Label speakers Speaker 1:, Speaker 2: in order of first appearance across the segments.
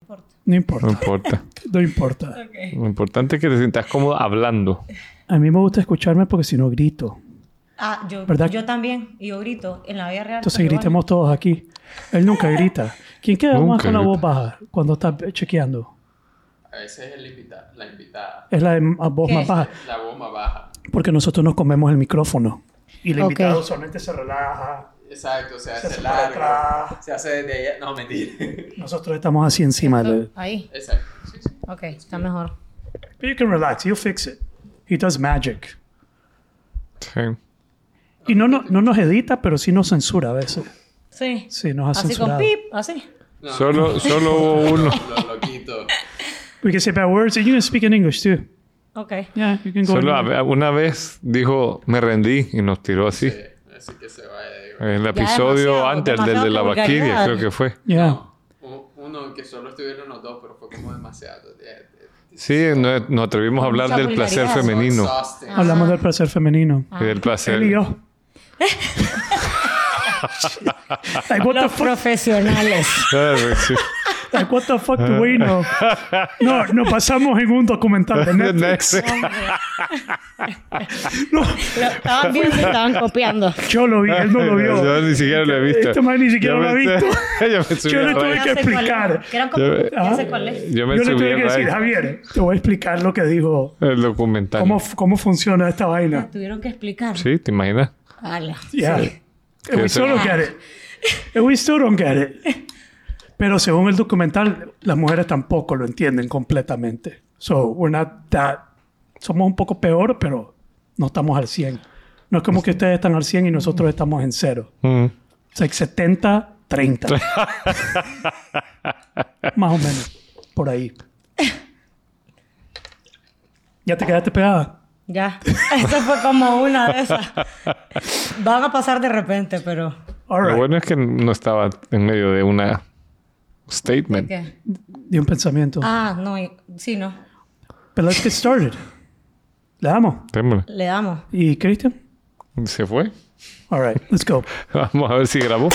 Speaker 1: importa.
Speaker 2: No
Speaker 3: No
Speaker 2: importa,
Speaker 3: importa.
Speaker 2: no importa.
Speaker 1: Ok.
Speaker 3: Lo importante es que te sientas cómodo hablando.
Speaker 2: A mí me gusta escucharme porque si no grito.
Speaker 1: Ah, yo,
Speaker 2: ¿Verdad?
Speaker 1: yo también. Y yo grito en la vida real.
Speaker 2: Entonces
Speaker 1: pero
Speaker 2: gritemos todos aquí. Él nunca grita. ¿Quién queda más
Speaker 3: Nunca
Speaker 2: con la voz
Speaker 3: grita.
Speaker 2: baja cuando está chequeando?
Speaker 4: A veces es el invita- la invitada.
Speaker 2: Es la de ma- voz
Speaker 1: ¿Qué?
Speaker 2: más baja.
Speaker 4: La bomba baja.
Speaker 2: Porque nosotros nos comemos el micrófono. Y el
Speaker 1: Ok.
Speaker 2: invitado solamente se relaja.
Speaker 4: Exacto, se
Speaker 2: Se
Speaker 4: hace
Speaker 2: hace para
Speaker 4: largo.
Speaker 2: atrás.
Speaker 4: Se hace desde ella. No, mentira.
Speaker 2: Nosotros estamos así encima
Speaker 1: bueno.
Speaker 2: de
Speaker 1: Ahí.
Speaker 4: Exacto. Sí, sí.
Speaker 1: Ok, está mejor.
Speaker 2: But you can relax, you fix it. He does magic.
Speaker 3: Sí.
Speaker 2: Y no, no, no nos edita, pero sí nos censura a veces.
Speaker 1: Sí.
Speaker 2: Sí, nos ha
Speaker 1: Así con
Speaker 2: censurado.
Speaker 1: pip, así.
Speaker 4: No,
Speaker 3: Solo, solo hubo uno.
Speaker 4: Lo, lo quito.
Speaker 2: We can say bad words and you can speak in English too.
Speaker 1: Ok.
Speaker 2: Yeah, you can go.
Speaker 3: Solo
Speaker 2: in-
Speaker 3: a ve- una vez dijo, me rendí y nos tiró así.
Speaker 4: Sí, así que se va. eh,
Speaker 3: En el
Speaker 1: Ya
Speaker 3: episodio
Speaker 1: demasiado,
Speaker 3: antes, el del de la
Speaker 1: demasiado vulgaridad.
Speaker 3: vaquiria, creo que fue.
Speaker 2: Yeah.
Speaker 4: u- Uno que solo estuvieron los dos, pero fue como demasiado. eh, eh,
Speaker 3: Sí, no- nos atrevimos a hablar
Speaker 1: Mucha
Speaker 3: del placer
Speaker 1: vulgaridad.
Speaker 3: femenino.
Speaker 4: exhausting.
Speaker 2: Hablamos del placer femenino.
Speaker 3: Y del
Speaker 2: Ah. Él y
Speaker 3: placer.
Speaker 2: yo. like, what the
Speaker 1: Los
Speaker 2: fuck?
Speaker 1: profesionales.
Speaker 3: Ah, sí.
Speaker 2: Like, what the fuck do we know? No, nos pasamos en un documental de Netflix.
Speaker 3: Next.
Speaker 2: No,
Speaker 1: Lo estaban viendo y estaban copiando.
Speaker 2: yo lo vi, él no lo
Speaker 3: Yo
Speaker 2: vio.
Speaker 3: ni siquiera lo he visto.
Speaker 2: Este man ni siquiera
Speaker 3: Yo
Speaker 2: lo ha
Speaker 3: me-
Speaker 2: visto.
Speaker 3: Yo me subí
Speaker 2: Yo le
Speaker 3: a
Speaker 2: tuve
Speaker 3: raíz.
Speaker 2: Hay que
Speaker 1: Ya sé
Speaker 2: explicar.
Speaker 1: cuál es. Que eran como-
Speaker 3: Yo-
Speaker 1: ya sé cuál es.
Speaker 3: Yo me
Speaker 2: Yo le
Speaker 3: subí
Speaker 2: tuve
Speaker 3: a
Speaker 2: que decir,
Speaker 3: raíz
Speaker 2: Javier, te voy a explicar lo que dijo,
Speaker 3: el documental.
Speaker 2: cómo, cómo funciona esta vaina.
Speaker 1: Tuvieron que explicar.
Speaker 3: Sí, ¿te imaginas?
Speaker 1: Ala.
Speaker 2: Yeah. And we
Speaker 3: Que se-
Speaker 2: still don't get it. And we still don't get it. Pero según el documental, las mujeres tampoco lo entienden completamente. So, we're not that... Somos un poco peor, pero no estamos al 100. No es como que ustedes están al 100 y nosotros estamos en cero.
Speaker 3: Mm.
Speaker 2: It's like 70, 30. Más o menos. Por ahí. ¿Ya te quedaste pegada?
Speaker 1: Ya. Eso fue como una de esas. Van a pasar de repente, pero.
Speaker 2: All
Speaker 3: Lo
Speaker 2: right.
Speaker 3: bueno es que no estaba en medio de una statement.
Speaker 1: ¿Qué?
Speaker 2: Di un pensamiento.
Speaker 1: Ah, no. y- Sí, no.
Speaker 2: But let's get started. Le damos.
Speaker 3: Témosle.
Speaker 1: Le damos.
Speaker 2: ¿Y Christian?
Speaker 3: Se fue.
Speaker 2: All right, let's go.
Speaker 3: Vamos a ver si grabó.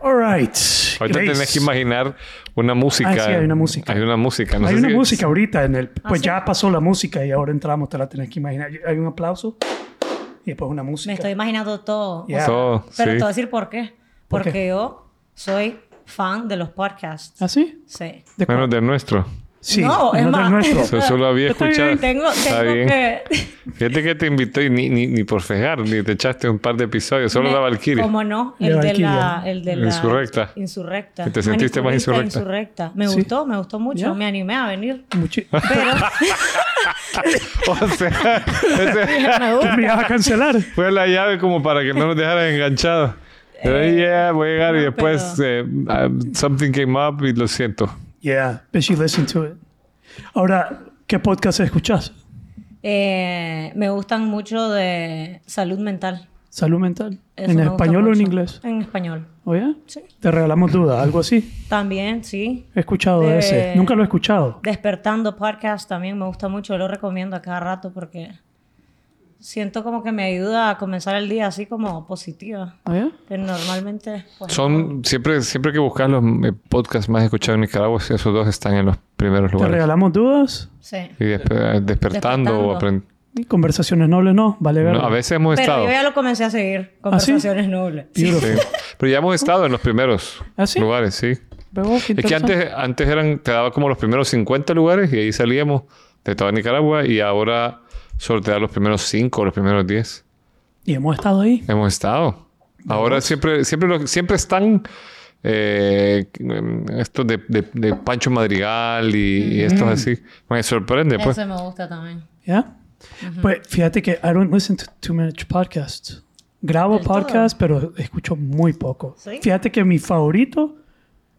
Speaker 2: All right.
Speaker 3: Ahorita
Speaker 2: Grace.
Speaker 3: tenés que imaginar una música.
Speaker 2: Ah, sí, hay una música.
Speaker 3: Hay una música. No
Speaker 2: Hay
Speaker 3: sé
Speaker 2: una
Speaker 3: si-
Speaker 2: música ahorita en el... Pues
Speaker 1: Ah, sí?
Speaker 2: ya pasó la música y ahora entramos, te la tenés que imaginar. Hay un aplauso y después una música.
Speaker 1: Me estoy imaginando todo.
Speaker 2: Yeah.
Speaker 3: Todo,
Speaker 1: Pero
Speaker 3: sí.
Speaker 1: te voy a decir por qué.
Speaker 2: ¿Por
Speaker 1: Porque
Speaker 2: qué?
Speaker 1: yo soy fan de los podcasts.
Speaker 2: ¿Ah, sí?
Speaker 1: Sí.
Speaker 2: ¿De cuál?
Speaker 3: Menos del nuestro.
Speaker 2: Sí,
Speaker 1: No, es
Speaker 2: menos del
Speaker 1: más.
Speaker 2: nuestro.
Speaker 3: O sea, solo había
Speaker 2: Está bien,
Speaker 3: escuchado.
Speaker 1: Tengo,
Speaker 3: Está
Speaker 1: tengo
Speaker 3: bien.
Speaker 1: que.
Speaker 3: Fíjate que te invitó y ni, ni, ni por fejar, ni te echaste un par de episodios, solo
Speaker 1: me-
Speaker 3: la Valkyrie.
Speaker 1: ¿Cómo no?
Speaker 2: La
Speaker 1: El de
Speaker 2: Valquiria.
Speaker 1: la. El de la
Speaker 3: Insurrecta.
Speaker 1: Insurrecta.
Speaker 3: Que te sentiste más
Speaker 1: Manipulista
Speaker 3: insurrecta.
Speaker 1: insurrecta. Me
Speaker 2: Sí.
Speaker 1: gustó, me gustó mucho.
Speaker 2: Ya.
Speaker 1: Me animé a venir.
Speaker 2: Muchi-
Speaker 1: Pero
Speaker 3: O sea, ese
Speaker 1: me
Speaker 2: Tú
Speaker 1: gusta.
Speaker 2: me ibas a cancelar.
Speaker 3: fue la llave como para que no nos dejaran enganchados. Pero yeah, voy a llegar y
Speaker 1: no,
Speaker 3: después eh, um, something came up y lo siento.
Speaker 2: Yeah, but she listened to it. Ahora, ¿qué podcast escuchas?
Speaker 1: Eh, me gustan mucho de salud mental.
Speaker 2: ¿Salud mental?
Speaker 1: Eso
Speaker 2: ¿En
Speaker 1: me gusta
Speaker 2: español o en
Speaker 1: mucho.
Speaker 2: inglés?
Speaker 1: En español.
Speaker 2: Oye,
Speaker 1: Sí.
Speaker 2: te regalamos dudas, algo así.
Speaker 1: También, sí.
Speaker 2: He escuchado de
Speaker 1: De-
Speaker 2: ese. Nunca lo he escuchado.
Speaker 1: Despertando podcast también me gusta mucho. Lo recomiendo a cada rato porque siento como que me ayuda a comenzar el día así como positiva.
Speaker 2: Oye,
Speaker 1: Que normalmente. pues,
Speaker 3: Son siempre siempre que buscas los eh, podcasts más escuchados en Nicaragua, esos dos están en los primeros
Speaker 2: te
Speaker 3: lugares.
Speaker 2: regalamos dudas
Speaker 1: sí.
Speaker 3: Y despe- eh, despertando, o
Speaker 1: Despertando.
Speaker 3: aprendiendo.
Speaker 2: y conversaciones nobles no, vale ver.
Speaker 3: a veces hemos
Speaker 1: Pero
Speaker 3: estado.
Speaker 1: yo ya lo comencé a seguir.
Speaker 2: ¿Ah, sí?
Speaker 1: Conversaciones nobles. Sí.
Speaker 2: Beautiful.
Speaker 3: Sí. Pero ya hemos estado en los primeros
Speaker 2: ¿Ah, sí?
Speaker 3: lugares, sí.
Speaker 2: Veo que
Speaker 3: Es que
Speaker 2: interesante.
Speaker 3: antes, antes eran, te daba como los primeros 50 lugares y ahí salíamos de toda Nicaragua y ahora solo te da los primeros 5 o los primeros 10.
Speaker 2: Y hemos estado ahí.
Speaker 3: Hemos estado. Ahora siempre, siempre, lo- siempre están eh, estos de, de- de Pancho Madrigal y, y estos así. Me sorprende, pues.
Speaker 1: Eso me gusta también.
Speaker 2: ¿Ya? Pues fíjate que I don't listen to too much podcasts. Grabo
Speaker 1: Del todo.
Speaker 2: podcasts, pero escucho muy poco.
Speaker 1: ¿Sí?
Speaker 2: Fíjate que mi favorito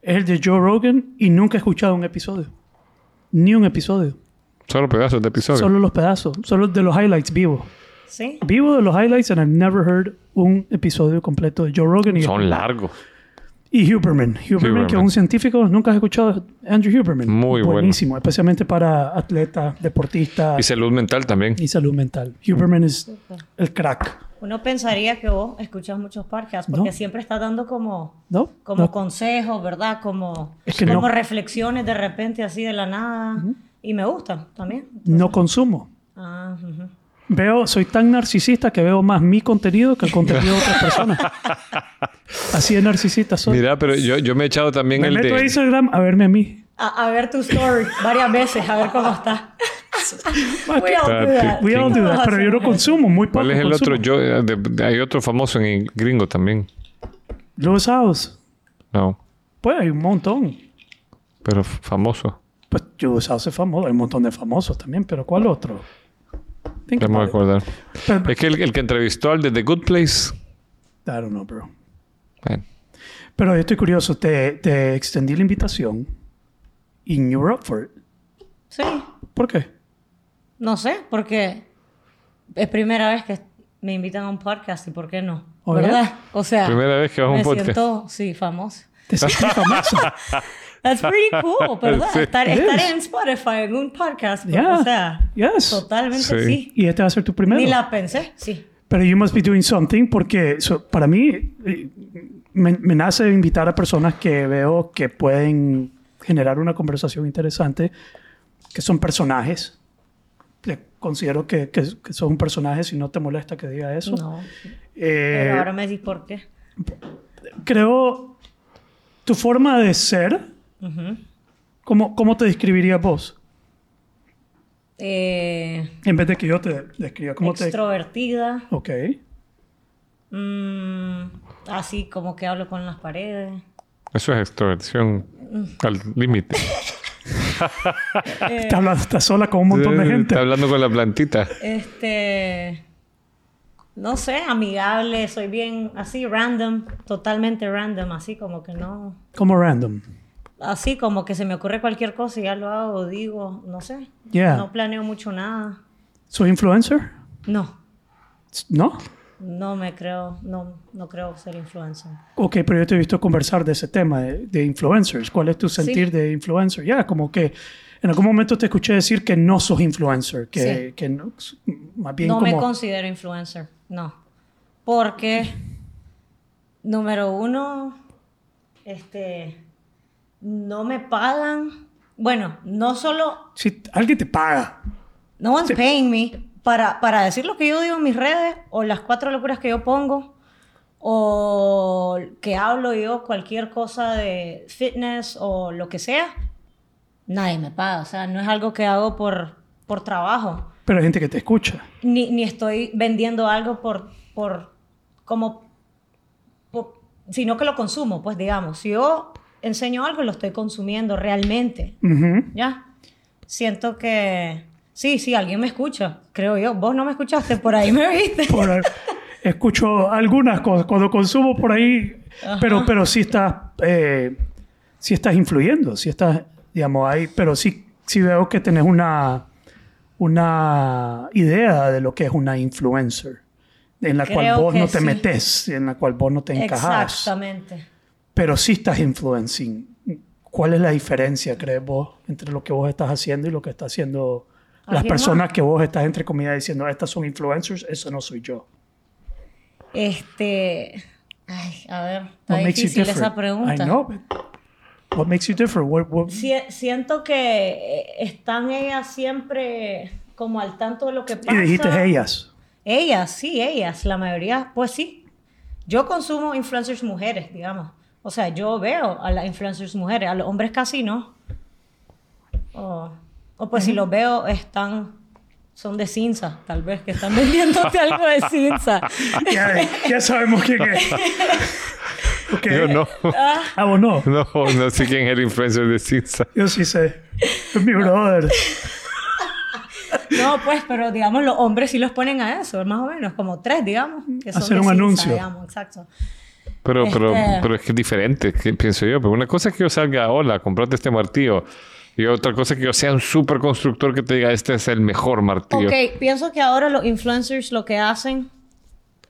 Speaker 2: es el de Joe Rogan y nunca he escuchado un episodio. Ni un episodio.
Speaker 3: Solo pedazos de episodio.
Speaker 2: Solo los pedazos. Solo de los highlights vivo.
Speaker 1: Sí.
Speaker 2: Vivo de los highlights and I've never heard un episodio completo de Joe Rogan. Y
Speaker 3: Son largos.
Speaker 2: Y Huberman. Huberman, que es
Speaker 3: Huberman.
Speaker 2: un científico, nunca has escuchado Andrew Huberman.
Speaker 3: Muy bueno.
Speaker 2: Buenísimo, especialmente para atletas,
Speaker 3: Y
Speaker 2: deportistas
Speaker 3: salud mental también.
Speaker 2: y salud mental. Huberman es el crack,
Speaker 1: Uno pensaría que vos escuchas muchos podcasts porque
Speaker 2: No.
Speaker 1: siempre estás dando como,
Speaker 2: ¿no?
Speaker 1: como
Speaker 2: No.
Speaker 1: consejos, ¿verdad? Como,
Speaker 2: Es que
Speaker 1: como
Speaker 2: no.
Speaker 1: reflexiones de repente así de la nada. Y me gustan también.
Speaker 2: no consumo.
Speaker 1: Ah, ujú.
Speaker 2: Veo, soy tan narcisista que veo más mi contenido que el contenido de otras personas. Así de narcisista soy.
Speaker 3: Mira, pero yo, yo me he echado también
Speaker 2: Me
Speaker 3: el
Speaker 2: meto a
Speaker 3: de...
Speaker 2: Instagram a verme a mí.
Speaker 1: a, a ver tu story varias veces, a ver cómo está.
Speaker 2: Ah,
Speaker 1: We all do that.
Speaker 2: We all do that, pero yo no consumo, muy poco.
Speaker 3: ¿Cuál es el
Speaker 2: consumo.
Speaker 3: otro? Yo, eh, de- de- hay otro famoso en gringo también.
Speaker 2: Los House.
Speaker 3: No,
Speaker 2: Pues hay un montón.
Speaker 3: pero f- famoso.
Speaker 2: Pues Jules House es famoso, hay un montón de famosos también, pero ¿cuál otro? Think
Speaker 3: Ya me voy a
Speaker 2: about it.
Speaker 3: acordar.
Speaker 2: Pero-
Speaker 3: Es que el, el que entrevistó al de The Good Place.
Speaker 2: I don't know, bro.
Speaker 3: Bueno,
Speaker 2: Pero yo estoy curioso, te, te extendí la invitación y you were up for it.
Speaker 1: Sí,
Speaker 2: ¿Por qué?
Speaker 1: no sé, porque es primera vez que me invitan a un podcast y por qué no,
Speaker 2: Oh, yeah.
Speaker 1: ¿verdad? O sea,
Speaker 3: Primera vez que vas a un
Speaker 1: me
Speaker 3: podcast.
Speaker 1: siento, sí, famoso.
Speaker 2: Te sentí famoso.
Speaker 1: That's pretty cool, ¿verdad?
Speaker 3: Sí.
Speaker 1: estar,
Speaker 2: It
Speaker 1: estar
Speaker 2: is.
Speaker 1: en Spotify, en un podcast, pues,
Speaker 2: Yeah.
Speaker 1: o sea,
Speaker 2: Yes.
Speaker 1: totalmente
Speaker 3: Sí.
Speaker 1: sí.
Speaker 2: Y este va a ser tu primero.
Speaker 1: Ni la pensé, sí.
Speaker 2: Pero you must be doing something porque so, para mí eh, me, me nace invitar a personas que veo que pueden generar una conversación interesante, que son personajes. Le- Considero que, que, que sos un personaje si no te molesta que diga eso.
Speaker 1: No,
Speaker 2: Eh,
Speaker 1: pero ahora me decís por qué.
Speaker 2: Creo tu forma de ser, ¿cómo, ¿cómo te describirías vos?
Speaker 1: Eh,
Speaker 2: En vez de que yo te describa. ¿Cómo te...
Speaker 1: extrovertida,
Speaker 2: Ok.
Speaker 1: mm, así como que hablo con las paredes.
Speaker 3: eso es extroversión al límite.
Speaker 2: Te hablas- estás sola con un montón de gente.
Speaker 3: Está hablando con la plantita.
Speaker 1: Este. No sé, amigable, soy bien así, random, totalmente random, así como que no.
Speaker 2: Como random.
Speaker 1: Así como que se me ocurre cualquier cosa y ya lo hago, digo, no sé.
Speaker 2: Yeah.
Speaker 1: No planeo mucho nada.
Speaker 2: ¿Soy influencer?
Speaker 1: No,
Speaker 2: ¿No?
Speaker 1: no me creo, no, no creo ser influencer.
Speaker 2: Ok, pero yo te he visto conversar de ese tema de, de influencers. ¿Cuál es tu sentir de influencer? Ya, como que en algún momento te escuché decir que no sos influencer, que,
Speaker 1: Sí.
Speaker 2: que no- más bien
Speaker 1: no
Speaker 2: como...
Speaker 1: me considero influencer, no. Porque, número uno, este, no me pagan. Bueno, no solo
Speaker 2: si alguien te paga,
Speaker 1: No one's paying me para, para decir lo que yo digo en mis redes o las cuatro locuras que yo pongo o que hablo yo cualquier cosa de fitness o lo que sea. Nadie me paga, o sea, no es algo que hago por, por trabajo.
Speaker 2: pero hay gente que te escucha.
Speaker 1: Ni, ni estoy vendiendo algo por, por como, por- sino que lo consumo, pues digamos, si yo enseño algo, lo estoy consumiendo realmente.
Speaker 2: Ujú.
Speaker 1: Ya. Siento que. Sí, sí, alguien me escucha, creo yo. Vos no me escuchaste, por ahí me viste.
Speaker 2: Por- escucho algunas cosas cuando consumo por ahí, pero, pero sí estás, eh, sí estás influyendo, sí estás, digamos, ahí, pero sí, sí veo que tenés una, una idea de lo que es una influencer, en la cual
Speaker 1: Creo
Speaker 2: vos
Speaker 1: que
Speaker 2: no te
Speaker 1: sí.
Speaker 2: metes, en la cual vos no te encajas,
Speaker 1: Exactamente.
Speaker 2: pero sí estás influencing. ¿Cuál es la diferencia, crees vos, entre lo que vos estás haciendo y lo que está haciendo las
Speaker 1: ¿Alguien más?
Speaker 2: personas que vos estás, entre comillas, diciendo, estas son influencers, eso no soy yo?
Speaker 1: Este. Ay, a ver, está
Speaker 2: What makes you
Speaker 1: difícil
Speaker 2: different?
Speaker 1: esa pregunta.
Speaker 2: I know, but what makes you different? What, what-
Speaker 1: Sie- siento que eh, están ellas siempre como al tanto de lo que pasa.
Speaker 2: y dijiste ellas.
Speaker 1: Ellas, sí, ellas, la mayoría, pues sí. Yo consumo influencers mujeres, digamos. O sea, yo veo a las influencers mujeres, a los hombres casi no. O, o pues si los veo, están, son de cinza, tal vez, que están vendiéndote algo de cinza.
Speaker 2: Ya, ya sabemos quién es. Ok.
Speaker 3: Yo no,
Speaker 2: Ah, vos no.
Speaker 3: no, no sé quién es el influencer de Cinza.
Speaker 2: Yo sí sé. Es mi brother.
Speaker 1: No, pues, pero digamos, los hombres sí los ponen a eso, más o menos, como tres, digamos. Que son
Speaker 2: Hacer
Speaker 1: de
Speaker 2: un
Speaker 1: cinza,
Speaker 2: anuncio.
Speaker 1: digamos, exacto.
Speaker 3: Pero, pero,
Speaker 1: Este-
Speaker 3: pero es que es diferente, que pienso yo. Pero una cosa es que yo salga, hola, comprate este martillo. Y otra cosa es que yo sea un super constructor que te diga, este es el mejor martillo.
Speaker 1: Ok, pienso que ahora los influencers lo que hacen,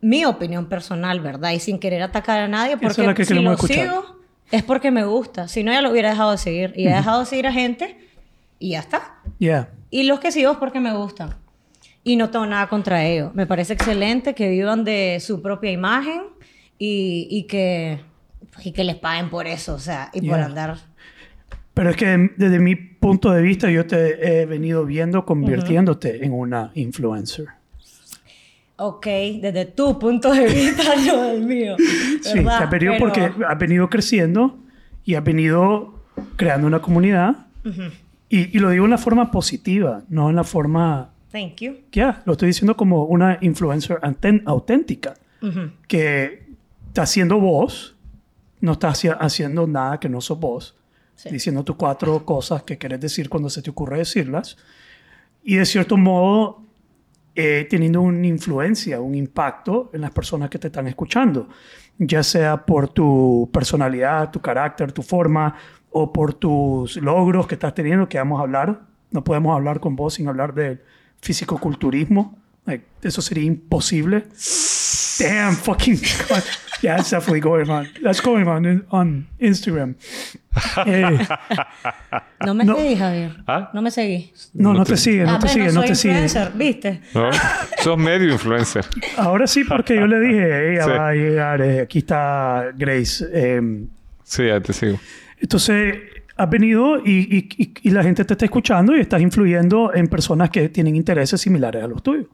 Speaker 1: mi opinión personal, ¿verdad? Y sin querer atacar a nadie,
Speaker 2: Eso es
Speaker 1: porque
Speaker 2: lo que
Speaker 1: si
Speaker 2: queremos
Speaker 1: lo
Speaker 2: escuchar.
Speaker 1: sigo, Es porque me gusta. Si no, ya lo hubiera dejado de seguir. Y he dejado de seguir a gente y ya está.
Speaker 2: Yeah.
Speaker 1: Y los que sigo es porque me gustan. Y no tengo nada contra ellos. Me parece excelente que vivan de su propia imagen y, y que, y que les paguen por eso, o sea, y por
Speaker 2: Yeah.
Speaker 1: andar.
Speaker 2: Pero es que desde mi punto de vista yo te he venido viendo convirtiéndote en una influencer.
Speaker 1: Ok, desde tu punto de vista, no del mío.
Speaker 2: Sí,
Speaker 1: ¿verdad?
Speaker 2: te has venido
Speaker 1: Pero-
Speaker 2: porque has venido creciendo y has venido creando una comunidad. y, y lo digo en la forma positiva, no en la forma...
Speaker 1: Thank you.
Speaker 2: Ya, lo estoy diciendo como una influencer anten- auténtica.
Speaker 1: Ujú.
Speaker 2: que está haciendo vos, no está haci- haciendo nada que no sos vos,
Speaker 1: Sí.
Speaker 2: diciendo tus cuatro cosas que querés decir cuando se te ocurre decirlas, y de cierto modo eh, teniendo una influencia, un impacto en las personas que te están escuchando, ya sea por tu personalidad, tu carácter, tu forma, o por tus logros que estás teniendo, que vamos a hablar, no podemos hablar con vos sin hablar del físico-culturismo, Like, eso sería imposible. Damn fucking God. Yeah, that's definitely going on. That's going on in- on Instagram. Eh,
Speaker 1: No me
Speaker 2: No.
Speaker 1: seguí, Javier.
Speaker 3: ¿Ah?
Speaker 1: No me seguí.
Speaker 2: no, no te sigue, no te
Speaker 1: Ah, pues,
Speaker 2: sigue, no
Speaker 1: soy
Speaker 2: te sigue.
Speaker 1: influencer, ¿viste?
Speaker 3: ¿No? Sos medio influencer.
Speaker 2: Ahora sí, porque yo le dije, ella
Speaker 3: Sí.
Speaker 2: va a llegar, eh, aquí está Grace. eh,
Speaker 3: Sí, ya te sigo.
Speaker 2: entonces, has venido y, y- y- y la gente te está escuchando y estás influyendo en personas que tienen intereses similares a los tuyos.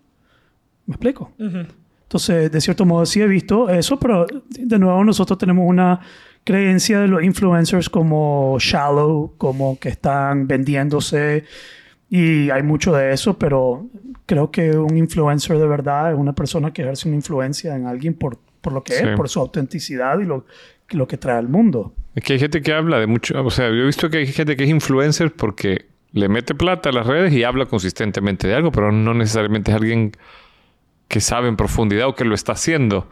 Speaker 2: ¿Me explico?
Speaker 1: Ujú.
Speaker 2: Entonces, de cierto modo, sí he visto eso, pero de nuevo nosotros tenemos una creencia de los influencers como shallow, como que están vendiéndose y hay mucho de eso, pero creo que un influencer de verdad es una persona que ejerce una influencia en alguien por, por lo que
Speaker 3: Sí.
Speaker 2: es, por su autenticidad y lo, lo que trae al mundo.
Speaker 3: Es que hay gente que habla de mucho. O sea, yo he visto que hay gente que es influencer porque le mete plata a las redes y habla consistentemente de algo, pero no necesariamente es alguien que sabe en profundidad o que lo está haciendo.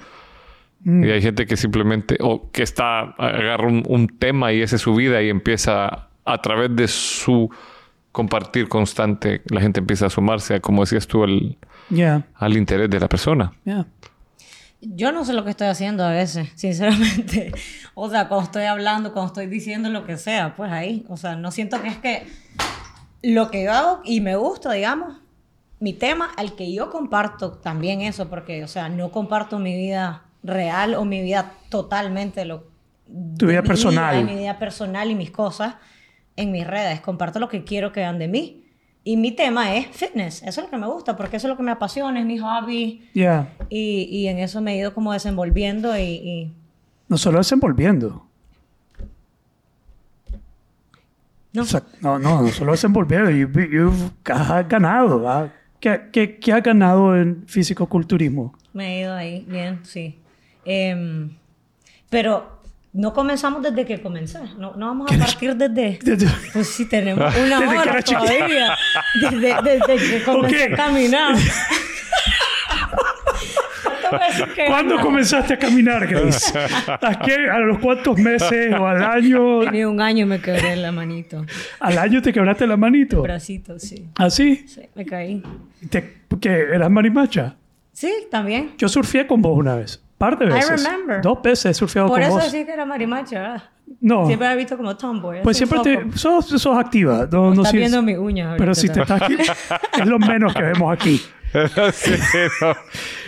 Speaker 3: Y hay gente que simplemente, o que está, agarra un, un tema y esa es su vida y empieza a través de su compartir constante, la gente empieza a sumarse, a, como decías tú, al,
Speaker 2: Yeah,
Speaker 3: al interés de la persona.
Speaker 2: yeah.
Speaker 1: Yo no sé lo que estoy haciendo a veces, sinceramente. O sea, cuando estoy hablando, cuando estoy diciendo lo que sea, pues ahí. O sea, no siento que es que lo que yo hago y me gusta, digamos, mi tema, al que yo comparto también eso, porque, o sea, no comparto mi vida real o mi vida totalmente. Lo,
Speaker 2: Tu
Speaker 1: de
Speaker 2: vida
Speaker 1: mi
Speaker 2: personal.
Speaker 1: y mi vida personal y mis cosas en mis redes. Comparto lo que quiero que vean de mí. Y mi tema es fitness. Eso es lo que me gusta, porque eso es lo que me apasiona, es mi hobby.
Speaker 2: Yeah.
Speaker 1: Y, y en eso me he ido como desenvolviendo y, y-
Speaker 2: No solo desenvolviendo.
Speaker 1: no
Speaker 2: O sea, no, no, no solo desenvolviendo. You've, you've has ganado. ¿verdad? ¿Qué, qué, qué has ganado en físico-culturismo?
Speaker 1: me he ido ahí bien, sí. Em, pero no comenzamos desde que comencé, no, no vamos a partir desde... Pues sí, tenemos una
Speaker 2: Desde que
Speaker 1: hora
Speaker 2: era chiquita.
Speaker 1: todavía, desde, desde que comencé
Speaker 2: Ok.
Speaker 1: a caminar. ¿Cuánto me decís que
Speaker 2: ¿Cuándo
Speaker 1: ganaba?
Speaker 2: comenzaste a caminar, Grace? ¿A, qué- a los cuántos meses o al año?
Speaker 1: Ni un año me quebré la manito,
Speaker 2: ¿Al año te quebraste la manito?
Speaker 1: bracito, sí.
Speaker 2: ¿Así?
Speaker 1: Sí, me caí.
Speaker 2: ¿Te, ¿Que eras marimacha?
Speaker 1: Sí, también.
Speaker 2: Yo surfé con vos una vez. Par de
Speaker 1: I
Speaker 2: veces.
Speaker 1: remember.
Speaker 2: Dos veces he surfeado
Speaker 1: Por
Speaker 2: con
Speaker 1: eso
Speaker 2: vos.
Speaker 1: decía que era marimacha, ¿verdad?
Speaker 2: no.
Speaker 1: Siempre me he visto como tomboy.
Speaker 2: pues
Speaker 1: así un
Speaker 2: siempre
Speaker 1: poco.
Speaker 2: te... Sos, sos activa. No, no
Speaker 1: Estás
Speaker 2: si-
Speaker 1: viendo mis uñas ahorita.
Speaker 2: Pero si te
Speaker 1: ¿sabes?
Speaker 2: estás aquí, es lo menos que vemos aquí.
Speaker 3: Sí, no.